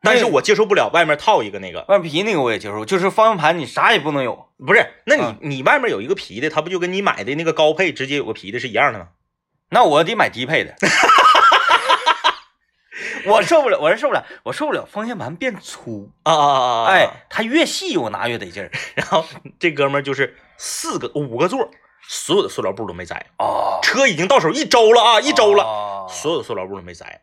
Speaker 2: 但是我接受不了外面套一个那个。
Speaker 1: 外皮那个我也接受，就是方向盘你啥也不能有。
Speaker 2: 不是，那你、
Speaker 1: 嗯
Speaker 2: 你外面有一个皮的，它不就跟你买的那个高配直接有个皮的是一样的吗？
Speaker 1: 那我得买低配的。 [laughs] 我受不了，我是受不了，我受不了方向盘变粗，
Speaker 2: 啊啊啊！啊啊
Speaker 1: 哎，它越细我拿越得劲儿。
Speaker 2: 然后这哥们儿就是四个五个座儿，所有的塑料布都没摘，
Speaker 1: [laughs] 哦，
Speaker 2: 车已经到手一周了啊，一周了，
Speaker 1: 了
Speaker 2: 所有的塑料布都没摘。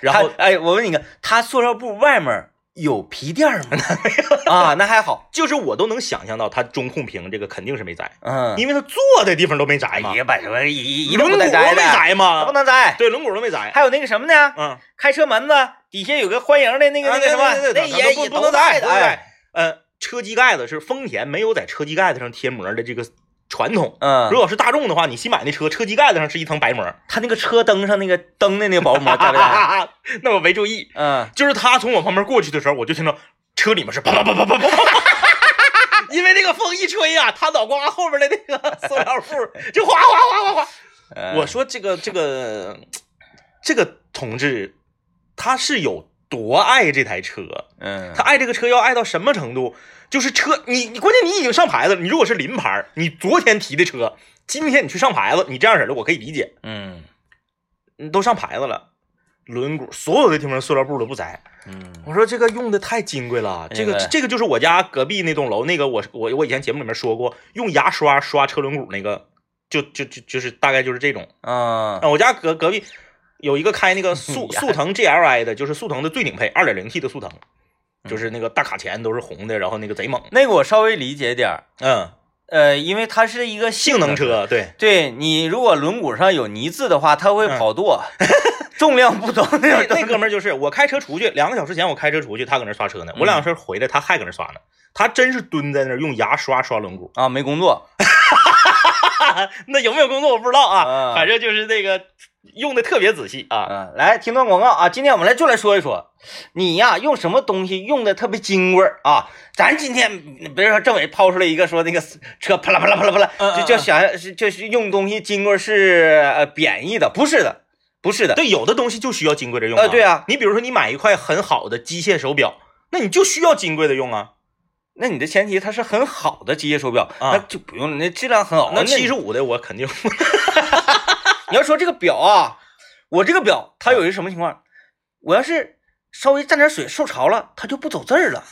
Speaker 1: 然
Speaker 2: 然
Speaker 1: 后
Speaker 2: 后
Speaker 1: 哎，我问你个，它塑料布外面有皮垫儿吗？ [laughs] 啊，那还好，
Speaker 2: 就是我都能想象到它中控屏这个肯定是没摘，
Speaker 1: 嗯，
Speaker 2: 因为它坐的地方都没摘
Speaker 1: 哎
Speaker 2: 嘛，
Speaker 1: 呀，摆什么一一定
Speaker 2: 轮
Speaker 1: 不
Speaker 2: 毂
Speaker 1: 能
Speaker 2: 都
Speaker 1: 摘
Speaker 2: 没
Speaker 1: 的，啊
Speaker 2: 摘
Speaker 1: 它不
Speaker 2: 嘛，
Speaker 1: 能摘。
Speaker 2: 对，轮毂都没摘，
Speaker 1: 还有那个什么呢？
Speaker 2: 嗯，
Speaker 1: 开车门子底下有个欢迎的那个
Speaker 2: 啊
Speaker 1: 那个什么，
Speaker 2: 对对对
Speaker 1: 那
Speaker 2: 对
Speaker 1: 也
Speaker 2: 不
Speaker 1: 也
Speaker 2: 不能
Speaker 1: 带
Speaker 2: 摘，
Speaker 1: 的，
Speaker 2: 不能
Speaker 1: 哎，
Speaker 2: 摘，呃，车机盖子是丰田没有在车机盖子上贴膜的这个传统。
Speaker 1: 嗯，
Speaker 2: 如果是大众的话，你新买那车，车机盖子上是一层白膜，
Speaker 1: 他那个车灯上那个灯的那个薄膜摘不
Speaker 2: [laughs]
Speaker 1: 摘？
Speaker 2: 啊，那我没注意，
Speaker 1: 嗯，
Speaker 2: 就是他从我旁边过去的时候，我就听到车里面是啪啪啪啪啪啪啪，因为那个风一吹呀、他脑瓜后面的那个塑料布就哗哗哗哗哗。
Speaker 1: 哎
Speaker 2: 我说这个这个这个同志，他是有多爱这台车？
Speaker 1: 嗯
Speaker 2: 他，爱这个车要爱到什么程度？就是车，你你关键你已经上牌子了，你如果是临牌儿，你昨天提的车，今天你去上牌子，你这样式儿的我可以理解，
Speaker 1: 嗯
Speaker 2: 你都上牌子了，轮毂所有的地方塑料布都不摘，
Speaker 1: 嗯
Speaker 2: 我说这个用的太金贵了，这个
Speaker 1: 明白
Speaker 2: 这个就是我家隔壁那栋楼那个我我我以前节目里面说过，用牙刷刷车轮毂那个，就就就就是大概就是这种。
Speaker 1: 啊
Speaker 2: 啊，我家隔隔壁有一个开 [laughs] 那个速
Speaker 1: 呀
Speaker 2: 速腾 GLI 的，就是速腾的最顶配，二点零 T 的速腾，就是那个大卡钳都是红的，嗯然后那个贼猛。
Speaker 1: 那个我稍微理解点儿，
Speaker 2: 嗯，
Speaker 1: 呃，因为它是一个
Speaker 2: 性能。车对，
Speaker 1: 对你，如果轮毂上有泥渍的话，它会
Speaker 2: 嗯
Speaker 1: 跑舵，重量不懂
Speaker 2: 那
Speaker 1: 那种。
Speaker 2: 那哥们儿就是我开车出去两个小时前，我开车出去，他搁那刷车呢，我两个小时回来，他还搁那刷呢。他真是蹲在那儿用牙刷刷轮毂，
Speaker 1: 啊，没工作，
Speaker 2: 那有没有工作我不知道啊，
Speaker 1: 啊
Speaker 2: 反正就是那个用的特别仔细啊。
Speaker 1: 嗯，来听段广告啊！今天我们来就来说一说，你呀、用什么东西用的特别金贵儿啊？咱今天别说政委抛出来一个说那个车啪啦啪啦啪啦啪
Speaker 2: 嗯嗯
Speaker 1: 啦，就就想是就是用东西金贵儿是呃贬义的，不是的，不是的，
Speaker 2: 对，有的东西就需要金贵的用
Speaker 1: 呃对啊
Speaker 2: 你比如说你买一块很好的机械手表，那你就需要金贵的用啊。
Speaker 1: 那你的前提它是很好的机械手表，
Speaker 2: 啊
Speaker 1: 那就不用了，哦那质量很好。
Speaker 2: 那
Speaker 1: 你
Speaker 2: 七十五的我肯定 [laughs]
Speaker 1: 你要说这个表啊，我这个表它有一个什么情况？我要是稍微沾点水受潮了，它就不走字儿了。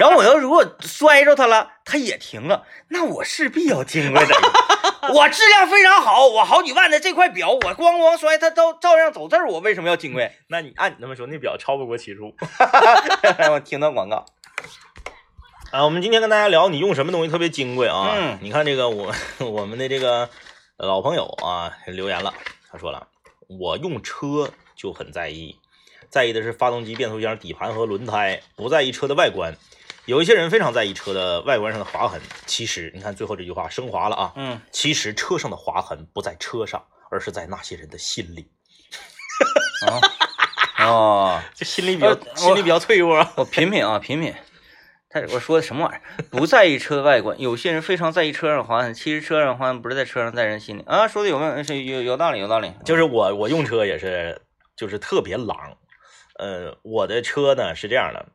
Speaker 1: 然后我要如果摔着它了，它也停了，那我势必要经过的。我质量非常好，我好几万的这块表，我咣咣摔，它照照样走字儿，我为什么要金贵？
Speaker 2: 那你按你这么说，那表超不过七十五。
Speaker 1: [laughs] 我听到广告，
Speaker 2: 啊，我们今天跟大家聊，你用什么东西特别金贵啊？
Speaker 1: 嗯
Speaker 2: 你看这个我我们的这个老朋友啊留言了，他说了，我用车就很在意，在意的是发动机、变速箱、底盘和轮胎，不在意车的外观。有一些人非常在意车的外观上的划痕，其实你看最后这句话升华了啊，
Speaker 1: 嗯，
Speaker 2: 其实车上的划痕不在车上，而是在那些人的心里，
Speaker 1: 啊、哦，
Speaker 2: 这呃心里比
Speaker 1: 较心里
Speaker 2: 比较脆弱。
Speaker 1: 我品品啊，品品。他我说的什么玩意儿？不在意车的外观，有些人非常在意车上的划痕，其实车上的划痕不是在车上，在人心里啊。说的有没有？是有有道理，有道理。
Speaker 2: 就是我我用车也是，就是特别狼。呃，我的车呢是这样的，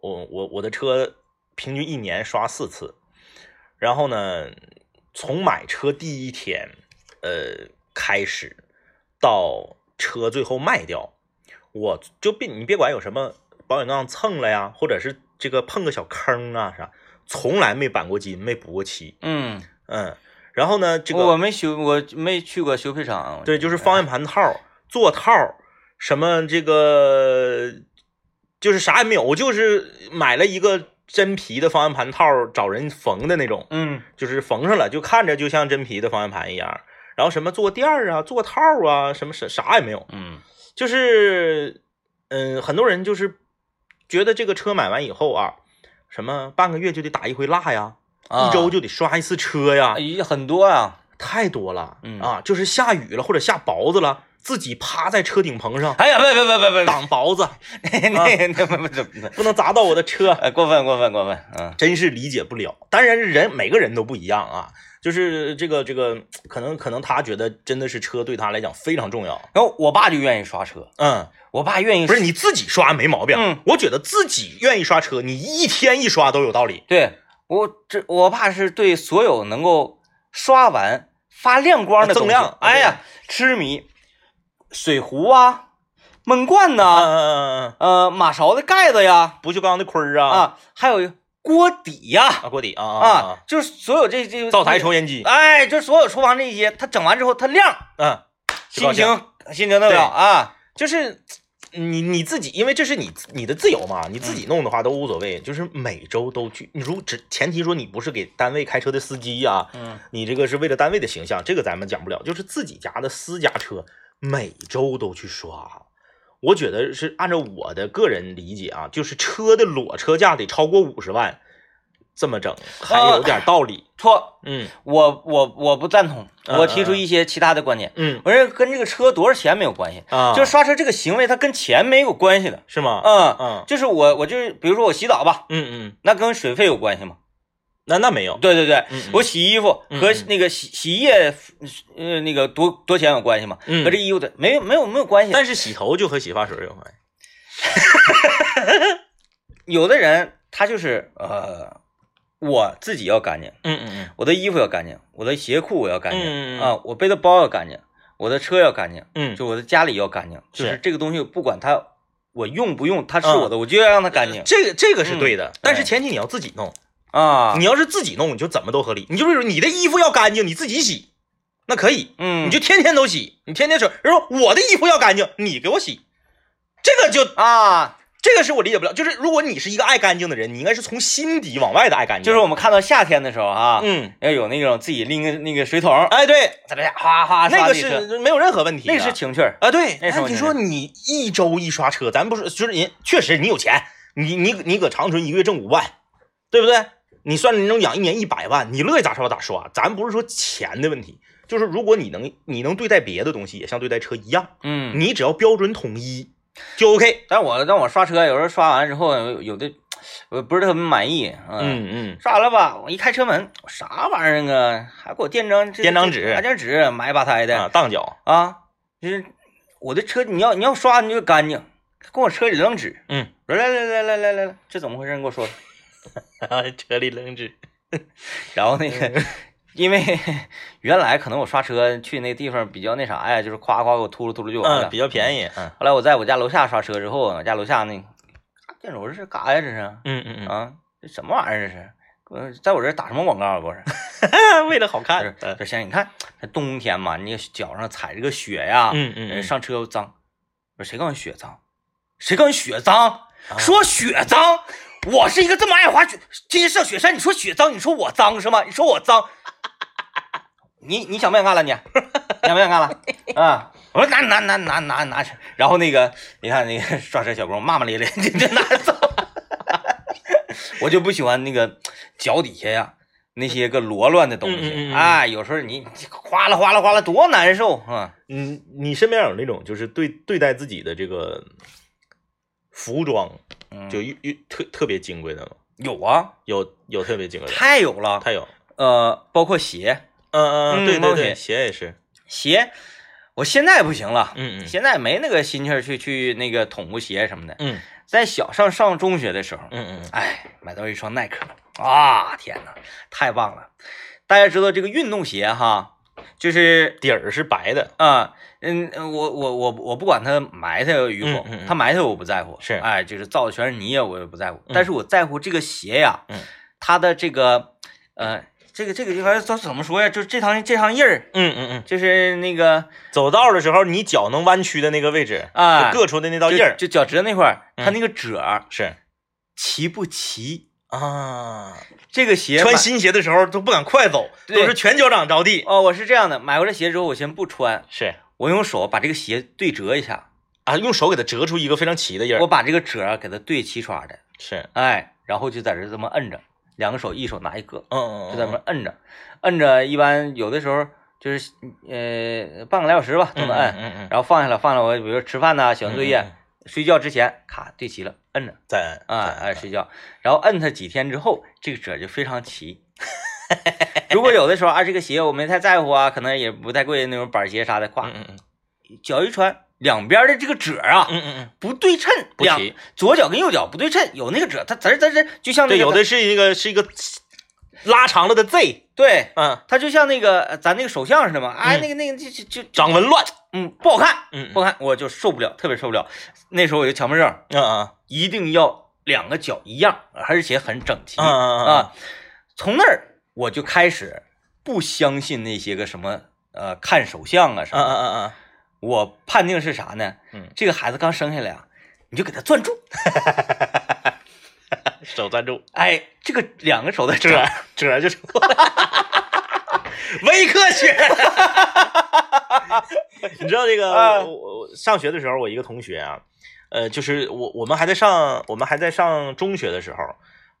Speaker 2: 我我我的车平均一年刷四次，然后呢，从买车第一天，呃开始，到车最后卖掉，我就别你别管有什么保险杠蹭了呀，或者是这个碰个小坑啊啥，从来没钣过金，没补过漆，
Speaker 1: 嗯，
Speaker 2: 嗯，然后呢，这个
Speaker 1: 哦我没修，我没去过修配厂。
Speaker 2: 对，就是方向盘套、座套，什么这个就是啥也没有，我就是买了一个真皮的方向盘套，找人缝的那种，
Speaker 1: 嗯
Speaker 2: 就是缝上了，就看着就像真皮的方向盘一样。然后什么坐垫儿啊、座套啊，什么啥啥也没有，
Speaker 1: 嗯
Speaker 2: 就是嗯，很多人就是觉得这个车买完以后啊，什么半个月就得打一回蜡呀，
Speaker 1: 啊
Speaker 2: 一周就得刷一次车呀，
Speaker 1: 哎很多啊。
Speaker 2: 太多了，
Speaker 1: 嗯
Speaker 2: 啊，就是下雨了或者下雹子了，自己趴在车顶棚上 [laughs]
Speaker 1: 哎呀，别别别别别，
Speaker 2: 挡雹子，
Speaker 1: 那那那不不不，
Speaker 2: 不能砸到我的车， [laughs]
Speaker 1: 哎，过分过分过分，嗯
Speaker 2: 真是理解不了。当然，人每个人都不一样啊，就是这个这个，可能可能他觉得真的是车对他来讲非常重要，
Speaker 1: 然后我爸就愿意刷车，
Speaker 2: 嗯，
Speaker 1: 我爸愿意
Speaker 2: 不是你自己刷没毛病，
Speaker 1: 嗯
Speaker 2: 我觉得自己愿意刷车，你一天一刷都有道理，
Speaker 1: 对我这我爸是对所有能够刷完发亮光的
Speaker 2: 啊锃
Speaker 1: 东西
Speaker 2: 亮
Speaker 1: 哎呀，痴迷。水壶啊，闷罐
Speaker 2: 嗯
Speaker 1: 呐、
Speaker 2: 嗯嗯嗯，
Speaker 1: 呃，马勺的盖子呀，
Speaker 2: 不锈钢的盔儿啊
Speaker 1: 啊，还有锅底呀，
Speaker 2: 啊锅底啊
Speaker 1: 啊，
Speaker 2: 啊啊，
Speaker 1: 就是所有这这
Speaker 2: 灶台抽烟机，
Speaker 1: 哎，就所有厨房这些，它整完之后它亮，
Speaker 2: 嗯，就
Speaker 1: 心
Speaker 2: 高兴
Speaker 1: 情心情特别好啊，
Speaker 2: 就是你你自己，因为这是你你的自由嘛，你自己弄的话都无所谓。就是每周都去，你如只前提说你不是给单位开车的司机呀、
Speaker 1: 嗯，
Speaker 2: 你这个是为了单位的形象，这个咱们讲不了。就是自己家的私家车，每周都去刷，我觉得是按照我的个人理解啊，就是车的裸车价得超过五十万，这么整还有点道理。
Speaker 1: 呃错，
Speaker 2: 嗯
Speaker 1: 我我我不赞同，
Speaker 2: 嗯
Speaker 1: 我提出一些其他的观点。
Speaker 2: 嗯
Speaker 1: 我认为跟这个车多少钱没有关系，
Speaker 2: 啊，
Speaker 1: 就是刷车这个行为它跟钱没有关系的。
Speaker 2: 是吗？
Speaker 1: 嗯，
Speaker 2: 嗯
Speaker 1: 就是我我就是比如说我洗澡吧，
Speaker 2: 嗯嗯，
Speaker 1: 那跟水费有关系吗？
Speaker 2: 那那没有。
Speaker 1: 对对对，
Speaker 2: 嗯嗯
Speaker 1: 我洗衣服
Speaker 2: 嗯
Speaker 1: 和
Speaker 2: 嗯
Speaker 1: 那个洗洗衣液，呃，那个多多钱有关系吗？
Speaker 2: 嗯
Speaker 1: 和这衣服的没有没有没有关系。
Speaker 2: 但是洗头就和洗发水有关系。
Speaker 1: 有的人他就是呃，我自己要干净，
Speaker 2: 嗯嗯
Speaker 1: 我的衣服要干净，我的鞋裤我要干净
Speaker 2: 嗯嗯嗯
Speaker 1: 啊、我背的包要干净，我的车要干净，
Speaker 2: 嗯，
Speaker 1: 就我的家里要干净，就是
Speaker 2: 是嗯
Speaker 1: 这个东西不管它我用不用，它是我的，我就要让它干净
Speaker 2: 这个这个是对的，但
Speaker 1: 嗯
Speaker 2: 是
Speaker 1: 对
Speaker 2: 前提你要自己弄。
Speaker 1: 啊。
Speaker 2: 你要是自己弄，你就怎么都合理。你就比如你的衣服要干净，你自己洗，那可以，
Speaker 1: 嗯，
Speaker 2: 你就天天都洗，你天天说，然后我的衣服要干净，你给我洗，这个就
Speaker 1: 啊，
Speaker 2: 这个是我理解不了。就是如果你是一个爱干净的人，你应该是从心底往外的爱干净。
Speaker 1: 就是我们看到夏天的时候啊，
Speaker 2: 嗯，
Speaker 1: 要有那种自己拎个那个水桶，
Speaker 2: 哎对，
Speaker 1: 在这哗哗
Speaker 2: 那
Speaker 1: 刷
Speaker 2: 个
Speaker 1: 地车
Speaker 2: 是没有任何问题的，
Speaker 1: 那个是情趣儿，
Speaker 2: 啊对。
Speaker 1: 那是
Speaker 2: 哎
Speaker 1: 我
Speaker 2: 你
Speaker 1: 觉
Speaker 2: 说
Speaker 1: 得
Speaker 2: 你一周一刷车，咱不是就是人确实你有钱，你你你搁长春一个月挣五万，对不对？你算你能养一年一百万，你乐意咋刷咋刷。咱不是说钱的问题，就是如果你能你能对待别的东西也像对待车一样，
Speaker 1: 嗯。
Speaker 2: 你只要标准统一就 OK。
Speaker 1: 但我但我刷车，有时候刷完之后，有有的我不是特别满意，
Speaker 2: 嗯嗯，
Speaker 1: 刷完了吧，我一开车门，我啥玩意儿啊？还给我垫张这
Speaker 2: 垫张纸
Speaker 1: 还垫纸，买把胎
Speaker 2: 啊，
Speaker 1: 的
Speaker 2: 当脚，
Speaker 1: 啊！就是我的车，你要你要刷你就干净，跟我车里扔纸，
Speaker 2: 嗯，
Speaker 1: 来来来来来来来来，这怎么回事？你给我说说。
Speaker 2: [laughs] 车里扔纸，
Speaker 1: 然后那
Speaker 2: 嗯 [laughs]
Speaker 1: 个，因为 [laughs] 原来可能我刷车去那地方比较那啥哎呀，就是夸夸给我秃噜秃噜就完了，
Speaker 2: 嗯，比较便宜，嗯
Speaker 1: 后来我在我家楼下刷车之后，我家楼下那啊店主我说这干啥呀？这是
Speaker 2: 嗯嗯
Speaker 1: 啊，这什么玩意儿？这是，呃在我这儿打什么广告啊？不是，
Speaker 2: 嗯，为了好
Speaker 1: 他
Speaker 2: 看
Speaker 1: 说，说先生，你看这冬天嘛，你脚上踩这个雪呀，
Speaker 2: 嗯嗯
Speaker 1: 呃
Speaker 2: 嗯
Speaker 1: 上车脏。我说谁告诉你雪脏？谁告诉你雪脏？
Speaker 2: 啊
Speaker 1: 说雪脏，我是一个这么爱滑雪，今天上雪山，你说雪脏，你说我脏是吗？你说我脏， [laughs] 你你想不想干了你？你想不想干
Speaker 2: [laughs]
Speaker 1: 了？啊！我说拿拿拿拿拿拿去，然后那个你看那个 [laughs] 刷车小工骂骂咧咧，你就拿走。 [laughs] 我就不喜欢那个脚底下呀那些个罗乱的东西，
Speaker 2: 嗯嗯嗯嗯
Speaker 1: 哎，有时候你哗啦哗啦哗啦多难受啊！
Speaker 2: 嗯，你身边有那种就是对对待自己的这个服装
Speaker 1: 嗯
Speaker 2: 就一一特特别金贵的吗？
Speaker 1: 有啊，
Speaker 2: 有有特别金贵的，
Speaker 1: 太有了，
Speaker 2: 他有，
Speaker 1: 呃，包括鞋，
Speaker 2: 嗯嗯，
Speaker 1: 嗯
Speaker 2: 对对
Speaker 1: 猫鞋
Speaker 2: 对，鞋也是，
Speaker 1: 鞋，我现在不行了，
Speaker 2: 嗯嗯
Speaker 1: 现在没那个心气儿去去那个捅咕鞋什么的。
Speaker 2: 嗯
Speaker 1: 在小上上中学的时候，
Speaker 2: 嗯嗯
Speaker 1: 哎，买到一双耐克，啊，天哪，太棒了！大家知道这个运动鞋哈，就是
Speaker 2: 底儿是白的，
Speaker 1: 啊、嗯，我我我我不管它埋汰与否，
Speaker 2: 嗯嗯嗯
Speaker 1: 它埋汰我不在乎，
Speaker 2: 是
Speaker 1: 哎，就是造的全是泥啊，我也不在乎，但是我在乎这个鞋呀，
Speaker 2: 嗯
Speaker 1: 它的这个呃，这个这个地方它怎么说呀？就这行这行印儿，
Speaker 2: 嗯嗯嗯，
Speaker 1: 就是那个
Speaker 2: 走道的时候你脚能弯曲的那个位置，
Speaker 1: 啊，
Speaker 2: 就硌出的那道印儿
Speaker 1: 就就脚趾头那块儿，
Speaker 2: 嗯
Speaker 1: 它那个褶儿
Speaker 2: 是
Speaker 1: 齐不齐？
Speaker 2: 啊，
Speaker 1: 这个鞋
Speaker 2: 穿
Speaker 1: 买
Speaker 2: 新鞋的时候都不敢快走，
Speaker 1: 对
Speaker 2: 都是全脚掌着地，
Speaker 1: 哦，我是这样的，买回来鞋之后我先不穿，
Speaker 2: 是
Speaker 1: 我用手把这个鞋对折一下，
Speaker 2: 啊，用手给它折出一个非常齐的印
Speaker 1: 我
Speaker 2: 儿，
Speaker 1: 把这个褶儿给它对齐刷的，
Speaker 2: 是，
Speaker 1: 哎，然后就在这这么摁着，两个手一手拿一个，
Speaker 2: 嗯嗯，
Speaker 1: 就
Speaker 2: 嗯
Speaker 1: 在那么摁着，摁着一般有的时候就是呃半个来小时吧都
Speaker 2: 嗯
Speaker 1: 能摁，
Speaker 2: 嗯嗯嗯，
Speaker 1: 然后放下来放下来，我比如吃饭呐、写完作业、
Speaker 2: 嗯嗯
Speaker 1: 睡觉之前，咔对齐了，摁着。
Speaker 2: 再摁
Speaker 1: 啊
Speaker 2: 再摁
Speaker 1: 哎，睡觉，然后摁它几天之后，这个褶就非常齐。 [laughs] 如果有的时候啊，这个鞋我没太在乎啊，可能也不太贵那种板鞋啥的，
Speaker 2: 嗯
Speaker 1: 咵，
Speaker 2: 嗯嗯
Speaker 1: 脚一穿，两边的这个褶啊
Speaker 2: 嗯嗯嗯。
Speaker 1: 不对称，
Speaker 2: 不
Speaker 1: 两
Speaker 2: 齐，
Speaker 1: 左脚跟右脚不对称，有那个褶，它滋儿滋儿滋儿，就像那
Speaker 2: 对，
Speaker 1: 个
Speaker 2: 有的是一个是一个拉长了的 Z，
Speaker 1: 对，
Speaker 2: 嗯，
Speaker 1: 它就像那个呃咱那个手相似的嘛，哎，
Speaker 2: 嗯
Speaker 1: 那个那个就就就
Speaker 2: 掌纹乱，
Speaker 1: 嗯不好看，
Speaker 2: 嗯
Speaker 1: 不
Speaker 2: 嗯
Speaker 1: 好看，我就受不了，特别受不了。那时候我就强迫症，
Speaker 2: 嗯
Speaker 1: 一定要两个脚一样，而且很整齐。
Speaker 2: 嗯嗯嗯
Speaker 1: 啊，从那儿我就开始不相信那些个什么呃看手相啊
Speaker 2: 嗯
Speaker 1: 什么的，
Speaker 2: 嗯嗯
Speaker 1: 我判定是啥呢？
Speaker 2: 嗯
Speaker 1: 这个孩子刚生下来啊，你就给他攥住，
Speaker 2: 手攥住，啊
Speaker 1: 哎，这个两个手在这
Speaker 2: 折 [laughs]
Speaker 1: 儿，
Speaker 2: 折就成功了。伪科学， [laughs] 你知道这个？
Speaker 1: 啊
Speaker 2: 我我上学的时候，我一个同学啊，呃，就是我我们还在上我们还在上中学的时候，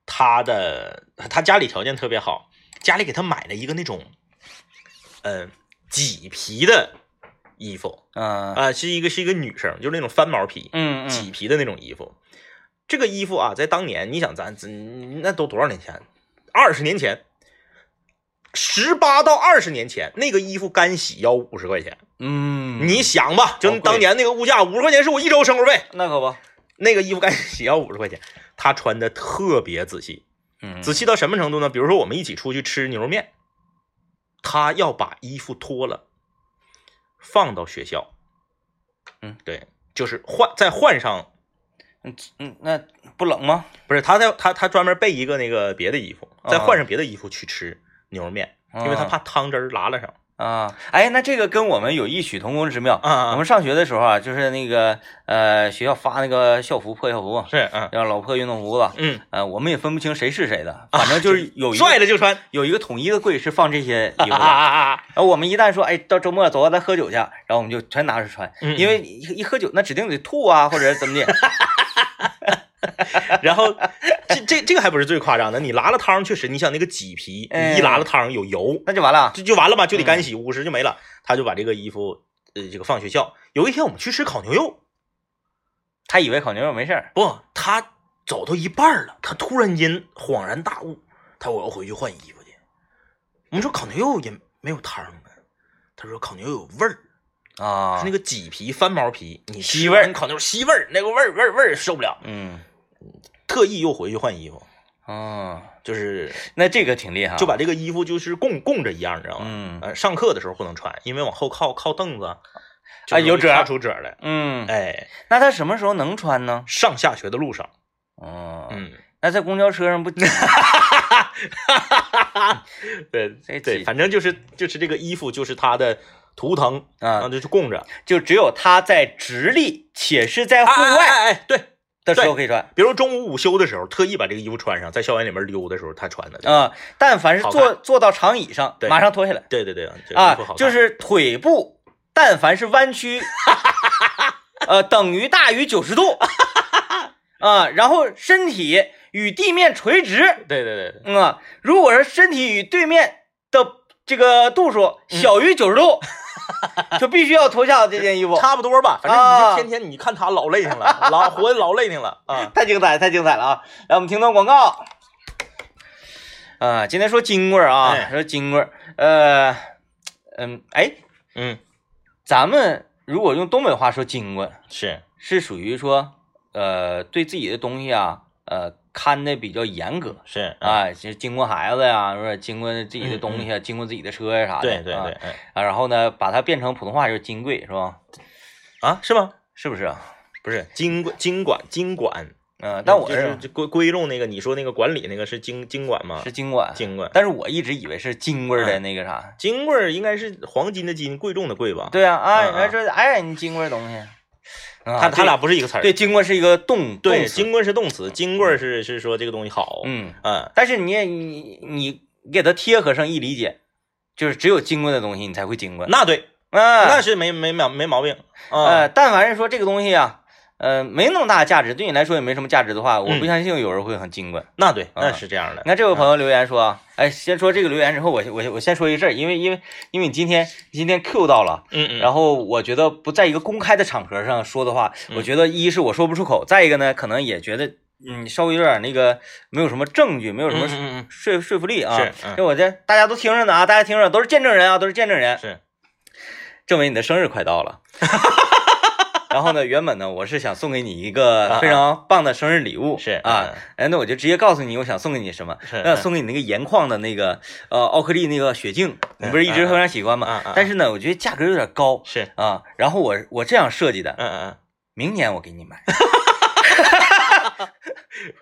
Speaker 2: 他的他家里条件特别好，家里给他买了一个那种，呃，麂皮的衣服
Speaker 1: 嗯
Speaker 2: 啊、是一个是一个女生，就是那种翻毛皮，
Speaker 1: 嗯
Speaker 2: 麂
Speaker 1: 嗯，
Speaker 2: 皮的那种衣服。这个衣服啊，在当年，你想咱咱那都多少年前？二十年前，十八到二十年前，那个衣服干洗要五十块钱。
Speaker 1: 嗯，
Speaker 2: 你想吧，
Speaker 1: 好
Speaker 2: 就
Speaker 1: 贵
Speaker 2: 当年那个物价，五十块钱是我一周生活费。
Speaker 1: 那可不，
Speaker 2: 那个衣服干洗要五十块钱，他穿的特别仔细，
Speaker 1: 嗯
Speaker 2: 仔细到什么程度呢？比如说我们一起出去吃牛肉面，他要把衣服脱了，放到学校，
Speaker 1: 嗯，
Speaker 2: 对，就是换再换上
Speaker 1: 嗯嗯，那不冷吗？
Speaker 2: 不是他在他他专门备一个那个别的衣服，
Speaker 1: 啊
Speaker 2: 再换上别的衣服去吃牛肉面，因为他
Speaker 1: 啊
Speaker 2: 怕汤汁儿拉了上
Speaker 1: 啊，哎，那这个跟我们有异曲同工之妙。我
Speaker 2: 啊。
Speaker 1: 们上学的时候啊，就是那个呃，学校发那个校服破校服嘛，
Speaker 2: 是嗯
Speaker 1: 然后老破运动服子，
Speaker 2: 嗯，
Speaker 1: 呃，我们也分不清谁是谁的，反正
Speaker 2: 啊
Speaker 1: 就是
Speaker 2: [laughs]
Speaker 1: 有一个、
Speaker 2: 拽了就穿。
Speaker 1: 有一个统一的柜是放这些衣服的。
Speaker 2: 啊 [laughs] 啊啊！
Speaker 1: 然后我们一旦说，哎，到周末走啊，咱喝酒去，然后我们就全拿出穿，
Speaker 2: 嗯
Speaker 1: 因为一一喝酒那指定得吐啊，或者怎么的。
Speaker 2: 然后这这这个还不是最夸张的，你拉了汤，确实，你想那个麂皮，
Speaker 1: 哎
Speaker 2: 你一拉了汤有油，
Speaker 1: 那就完了。啊
Speaker 2: 这就完了吧，就得干洗，五十就没了。他就把这个衣服，呃，这个放学校。有一天我们去吃烤牛肉，
Speaker 1: 他以为烤牛肉没事
Speaker 2: [laughs]
Speaker 1: 儿，
Speaker 2: 不，他走到一半儿了，他突然间恍然大悟，他说我要回去换衣服去。我们说烤牛肉也没有汤啊，他说烤牛肉有味儿，
Speaker 1: 啊
Speaker 2: 是那个麂皮翻毛皮，你
Speaker 1: 吸
Speaker 2: 吃
Speaker 1: 味儿
Speaker 2: 完烤牛肉吸味儿，那个味儿味儿味儿受不了，
Speaker 1: 嗯
Speaker 2: 特意又回去换衣服，
Speaker 1: 哦，
Speaker 2: 就是
Speaker 1: 那这个挺厉害啊，
Speaker 2: 就把这个衣服就是供供着一样，你知道吗？
Speaker 1: 嗯
Speaker 2: 呃，上课的时候不能穿，因为往后靠靠凳子，就
Speaker 1: 哎有
Speaker 2: 容易
Speaker 1: 褶儿
Speaker 2: 擦出褶儿来。
Speaker 1: 嗯，
Speaker 2: 哎，
Speaker 1: 那他什么时候能穿呢？
Speaker 2: 上下学的路上，
Speaker 1: 哦，
Speaker 2: 嗯，
Speaker 1: 那在公交车上不
Speaker 2: [laughs] 对
Speaker 1: 这
Speaker 2: 对，
Speaker 1: 几
Speaker 2: 反正就是就是这个衣服就是他的图腾
Speaker 1: 啊
Speaker 2: 就供着。
Speaker 1: 就只有他在直立且是在户
Speaker 2: 哎
Speaker 1: 外
Speaker 2: 哎哎，对，
Speaker 1: 的时候可以穿
Speaker 2: 比如中午午休的时候，特意把这个衣服穿上，在校园里面溜的时候他穿的。
Speaker 1: 啊、但凡是
Speaker 2: 好
Speaker 1: 坐坐到长椅上，
Speaker 2: 对
Speaker 1: 马上脱下来
Speaker 2: 对对对，这个衣
Speaker 1: 啊
Speaker 2: 服好看，
Speaker 1: 就是腿部，但凡是弯
Speaker 2: [laughs]
Speaker 1: 曲，呃，等于大于九十度啊，然后身体与地面垂直，
Speaker 2: 对对对，
Speaker 1: 嗯啊，如果是身体与对面的这个度数
Speaker 2: 嗯
Speaker 1: 小于九十度，就必须要脱下这件衣服。
Speaker 2: 差不多吧。反正你
Speaker 1: 啊
Speaker 2: 就天天你看他老累挺了， [laughs] 老活得老累挺了啊。
Speaker 1: 太精彩，太精彩了啊！来，我们听段广告。啊，今天说金棍儿啊，
Speaker 2: 哎
Speaker 1: 说金棍儿，呃，嗯，哎，
Speaker 2: 嗯，
Speaker 1: 咱们如果用东北话说金棍，
Speaker 2: 是
Speaker 1: 是属于说，呃，对自己的东西啊，呃，看的比较严格
Speaker 2: 是，
Speaker 1: 啊，就经过孩子呀、或者经过自己的东西啊，经过自己的车呀、啥的，
Speaker 2: 嗯对对
Speaker 1: 啊
Speaker 2: 对，嗯
Speaker 1: 啊，然后呢，把它变成普通话就是金贵，是吧？
Speaker 2: 啊，是吗？
Speaker 1: 是不是啊？
Speaker 2: 不是经管经管经管，
Speaker 1: 嗯、但我
Speaker 2: 就是啊就归归拢那个你说那个管理那个是经经管吗？
Speaker 1: 是经管，
Speaker 2: 经管，
Speaker 1: 但是我一直以为是金棍儿的那个啥。
Speaker 2: 金棍儿应该是黄金的金，贵重的贵吧？，
Speaker 1: 对啊，啊，
Speaker 2: 嗯嗯
Speaker 1: 然后说，哎，你金棍儿东西，啊
Speaker 2: 他他俩不是一个词儿。
Speaker 1: 对对金棍儿是一个动
Speaker 2: 对，
Speaker 1: 动
Speaker 2: 金
Speaker 1: 词，
Speaker 2: 棍儿是动词，金棍儿是是说这个东西好。
Speaker 1: 嗯，
Speaker 2: 嗯
Speaker 1: 但是你也你你你给它贴合上一理解，就是只有金棍的东西你才会金棍，
Speaker 2: 那对，
Speaker 1: 啊，
Speaker 2: 那是没没毛没毛病啊
Speaker 1: 呃，。但凡是说这个东西啊，呃，没那么大的价值，对你来说也没什么价值的话，我不
Speaker 2: 嗯
Speaker 1: 相信有人会很金棍。
Speaker 2: 那对，
Speaker 1: 啊
Speaker 2: 嗯那是这样的
Speaker 1: 你。看这位朋友留言说啊，哎，先说这个留言之后，我先我先我先说一个事儿，因为因为因为你今天今天 Q 到了。
Speaker 2: 嗯嗯，
Speaker 1: 然后我觉得不在一个公开的场合上说的话，
Speaker 2: 嗯
Speaker 1: 我觉得一是我说不出口，再一个呢，可能也觉得嗯稍微有点那个没有什么证据，没有什
Speaker 2: 嗯
Speaker 1: 么
Speaker 2: 嗯嗯
Speaker 1: 说说服力啊。
Speaker 2: 是嗯
Speaker 1: 因为我这大家都听着呢啊，大家听着都是见证人啊，都是见证
Speaker 2: 嗯
Speaker 1: 人。
Speaker 2: 是
Speaker 1: 政委，你的生日快到
Speaker 2: [laughs]
Speaker 1: 了。然后呢，原本呢，我是想送给你一个非常棒的生日礼物，
Speaker 2: 啊是
Speaker 1: 啊
Speaker 2: 嗯，
Speaker 1: 哎，那我就直接告诉你，我想送给你什么，
Speaker 2: 是
Speaker 1: 那
Speaker 2: 嗯
Speaker 1: 送给你那个盐矿的那个呃奥克利那个雪镜，你不是一直
Speaker 2: 嗯嗯
Speaker 1: 非常喜欢
Speaker 2: 嗯嗯
Speaker 1: 吗
Speaker 2: 嗯？
Speaker 1: 但是呢，我觉得价格有点高，
Speaker 2: 是，
Speaker 1: 啊，然后我我这样设计的，
Speaker 2: 嗯嗯
Speaker 1: 明年我给你买。 [laughs]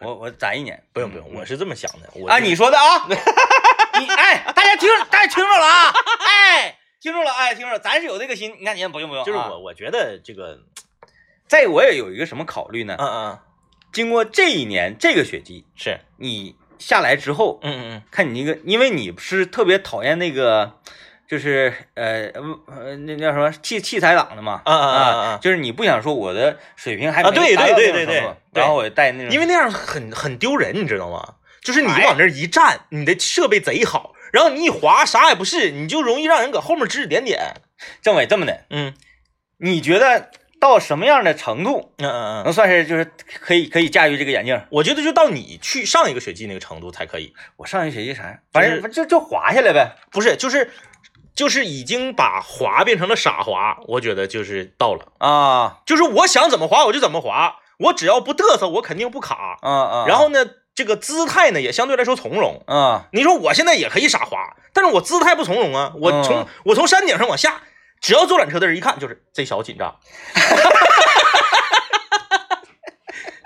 Speaker 1: 我我攒一年，
Speaker 2: 嗯，不用不用，我是这么想的。我 [laughs]
Speaker 1: 啊，
Speaker 2: 就
Speaker 1: 你说的啊，你哎，大家听，大家听着了啊，哎，听住了，哎，听住了，咱是有这个心。你看，你看，不用不用，
Speaker 2: 就是
Speaker 1: 啊
Speaker 2: 我，我觉得这个，
Speaker 1: 再我也有一个什么考虑呢？
Speaker 2: 嗯嗯，
Speaker 1: 经过这一年这个雪季，
Speaker 2: 是，
Speaker 1: 你下来之后，
Speaker 2: 嗯嗯
Speaker 1: 看你那个，因为你不是特别讨厌那个，就是呃呃那叫什么器器材党的嘛，
Speaker 2: 啊啊啊啊
Speaker 1: 就是你不想说我的水平还没
Speaker 2: 啊对
Speaker 1: 达到
Speaker 2: 对
Speaker 1: 那种
Speaker 2: 对对
Speaker 1: 程度
Speaker 2: 对
Speaker 1: 然后我就带那
Speaker 2: 嗯，
Speaker 1: 种，
Speaker 2: 因为那样很很丢人，你知道吗？就是你
Speaker 1: 哎
Speaker 2: 往那儿一站，你的设备贼好，然后你一滑啥也不是，你就容易让人搁后面指指点点。
Speaker 1: 政委这么的，
Speaker 2: 嗯
Speaker 1: 你觉得到什么样的程度
Speaker 2: 嗯嗯嗯，
Speaker 1: 能算是就是可以可以驾驭这个眼镜？
Speaker 2: 我觉得就到你去上一个雪季那个程度才可以，
Speaker 1: 我上一学期啥样，
Speaker 2: 就
Speaker 1: 反
Speaker 2: 是
Speaker 1: 正就就滑下来呗。
Speaker 2: 不是就是就是已经把滑变成了傻滑，我觉得就是到了，
Speaker 1: 啊
Speaker 2: 就是我想怎么滑我就怎么滑，我只要不嘚瑟，我肯定不卡。
Speaker 1: 啊啊！
Speaker 2: 然后呢，这个姿态呢也相对来说从容。
Speaker 1: 啊
Speaker 2: 你说我现在也可以傻滑，但是我姿态不从容啊！我从、
Speaker 1: 嗯
Speaker 2: 我从山顶上往下，只要坐缆车的人一看就是这小紧张， [laughs]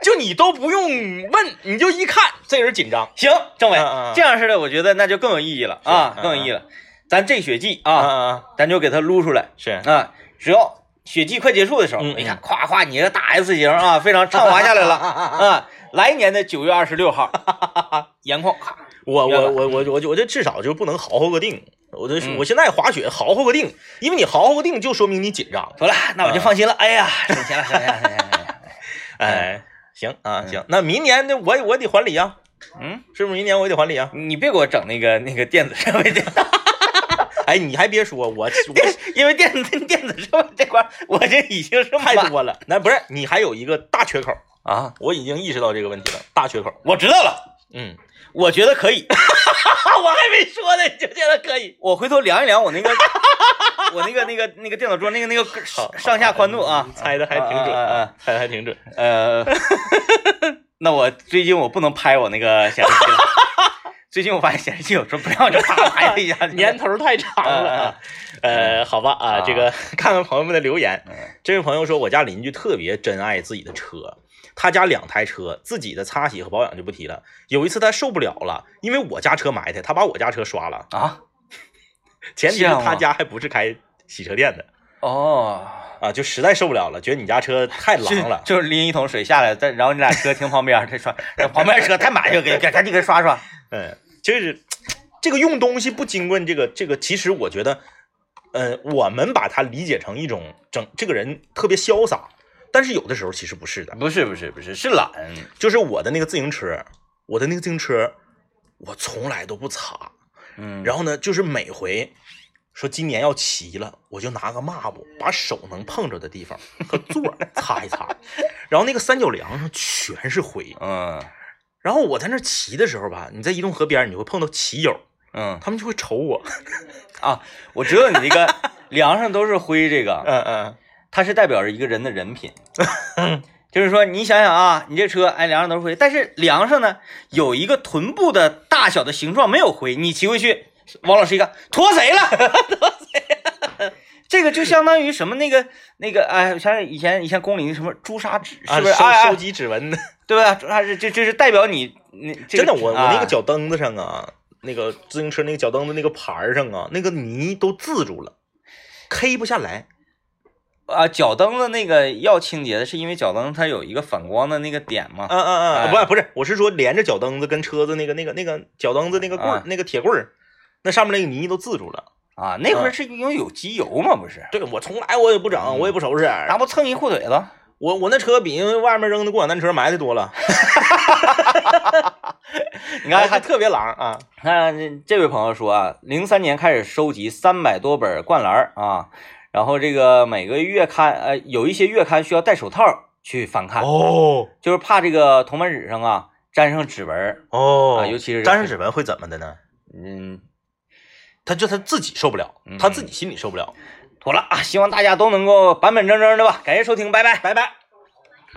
Speaker 2: 就你都不用问，你就一看这人紧张
Speaker 1: 行，政委
Speaker 2: 嗯嗯嗯
Speaker 1: 这样式的，我觉得那就更有意义了
Speaker 2: 是
Speaker 1: 啊，
Speaker 2: 嗯
Speaker 1: 更有意义了。咱这雪季
Speaker 2: 啊
Speaker 1: 啊，
Speaker 2: 啊啊！
Speaker 1: 咱就给它撸出来
Speaker 2: 是，
Speaker 1: 啊，只要雪季快结束的时候，
Speaker 2: 嗯嗯
Speaker 1: 你看，夸夸，你这个大 S 型啊，非常畅滑下
Speaker 2: [laughs]
Speaker 1: 来了啊。来年的九月二十六号，严控，咔
Speaker 2: 我
Speaker 1: 明白
Speaker 2: 我我我我我这至少就不能豪豪个腚，我这、
Speaker 1: 嗯
Speaker 2: 我现在滑雪豪豪个腚，因为你豪豪个腚就说明你紧张。
Speaker 1: 妥了，那我就放心
Speaker 2: 嗯
Speaker 1: 了。哎呀，省钱了，省钱了，省钱
Speaker 2: [laughs]
Speaker 1: 了。省钱了
Speaker 2: 哎，行啊
Speaker 1: 嗯
Speaker 2: 行，那明年那我我得还礼啊，
Speaker 1: 嗯，
Speaker 2: 是不是明年我得还礼啊？
Speaker 1: 你别给我整那个那个电子设备这。 [laughs]
Speaker 2: 哎，你还别说，我我
Speaker 1: 电，因为电子电子设备这块儿，我这已经是
Speaker 2: 太
Speaker 1: 满
Speaker 2: 多了。那不是你还有一个大缺口，
Speaker 1: 啊！
Speaker 2: 我已经意识到这个问题了，大缺口。
Speaker 1: 我知道了，
Speaker 2: 嗯，
Speaker 1: 我觉得可
Speaker 2: [laughs]
Speaker 1: 以，
Speaker 2: 我还没说呢，你就觉得可以？
Speaker 1: 我回头量一量我那个我那个那个那个电脑桌那个那个
Speaker 2: 好
Speaker 1: 上下宽度啊
Speaker 2: 你，猜的还挺准，
Speaker 1: 啊啊啊啊
Speaker 2: 猜的还挺准。
Speaker 1: 呃，那我最近我不能拍我那个显示器了，最近我发现显示器有时候不让我就啪拍了一下，呃
Speaker 2: 年头太长了啊，呃，好吧啊，
Speaker 1: 啊
Speaker 2: 这个 [laughs] 看看朋友们的留言
Speaker 1: 嗯。
Speaker 2: 这位朋友说，我家邻居特别珍爱自己的车，他家两台车，自己的擦洗和保养就不提了。有一次他受不了了，因为我家车埋汰，他把我家车刷了，
Speaker 1: 啊，
Speaker 2: 前提
Speaker 1: 这
Speaker 2: 是
Speaker 1: 样吗啊
Speaker 2: 他家还不是开洗车店的
Speaker 1: 哦，
Speaker 2: 啊，就实在受不了了，觉得你家车太
Speaker 1: 就
Speaker 2: 狼了。
Speaker 1: 就是拎一桶水下来，再然后你俩车停旁边儿，再刷，旁边车太满就给给赶紧给刷刷，
Speaker 2: 嗯，就是这个用东西不经过这个这个，其实我觉得，呃，我们把它理解成一种整这个人特别潇洒，但是有的时候其实不是的。
Speaker 1: 不是不是不是是懒，
Speaker 2: 就是我的那个自行车，我的那个自行车，我从来都不擦。
Speaker 1: 嗯，
Speaker 2: 然后呢，就是每回说今年要骑了，我就拿个抹布把手能碰着的地方和座儿擦
Speaker 1: [laughs]
Speaker 2: 一擦，然后那个三角梁上全是灰。
Speaker 1: 嗯
Speaker 2: 然后我在那儿骑的时候吧，你在移动河边儿，你会碰到骑友，
Speaker 1: 嗯
Speaker 2: 他们就会瞅
Speaker 1: [laughs]
Speaker 2: 我。
Speaker 1: 啊，我知道你这个 [laughs] 梁上都是灰，这个
Speaker 2: 嗯嗯
Speaker 1: 它是代表着一个人的人品。 [laughs] 就是说，你想想啊，你这车，哎，梁上都是灰，但是梁上呢有一个臀部的大小的形状没有灰，你骑回去，王老师一看，驮谁了？ [laughs] 驮谁了？ [laughs] 这个就相当于什么那个那个，哎，我想想以前以前宫里那什么朱砂纸， [laughs] 是不是？
Speaker 2: 啊、收、
Speaker 1: 哎
Speaker 2: 收
Speaker 1: 哎，
Speaker 2: 集指纹的？
Speaker 1: 对吧？朱砂纸，这这是代表你，你、这个
Speaker 2: 真的，我我那
Speaker 1: 啊
Speaker 2: 个脚蹬子上啊，那个自行车那个脚蹬子那个牌儿上啊，那个泥都渍住了，K 不下来。
Speaker 1: 啊，脚蹬子那个要清洁的，是因为脚蹬它有一个反光的那个点嘛。
Speaker 2: 嗯嗯嗯，
Speaker 1: 哎
Speaker 2: 不是不是，我是说连着脚蹬子跟车子那个那个那个脚蹬子那个棍儿、
Speaker 1: 啊
Speaker 2: 那个铁棍儿，那上面那个泥都渍住了。
Speaker 1: 啊，那会儿是因为有机油嘛，不是？
Speaker 2: 对我从来我也不整，我也不收拾，
Speaker 1: 那不蹭一裤腿子？
Speaker 2: 我我那车比外面扔的共享单车埋汰多了，
Speaker 1: 你
Speaker 2: 然后
Speaker 1: 看，
Speaker 2: 哎还
Speaker 1: 还
Speaker 2: 特别狼啊。
Speaker 1: 看这这位朋友说啊，零三年开始收集三百多本灌篮儿啊，然后这个每个月刊呃，有一些月刊需要戴手套去翻看，
Speaker 2: 哦
Speaker 1: 就是怕这个铜板纸上啊沾上指纹儿。
Speaker 2: 哦
Speaker 1: 啊尤其是
Speaker 2: 沾上指纹会怎么的呢？
Speaker 1: 嗯，
Speaker 2: 他就他自己受不了，
Speaker 1: 嗯
Speaker 2: 他自己心里受不了。
Speaker 1: 妥了啊，希望大家都能够板板正正的吧。感谢收听，拜拜，拜拜。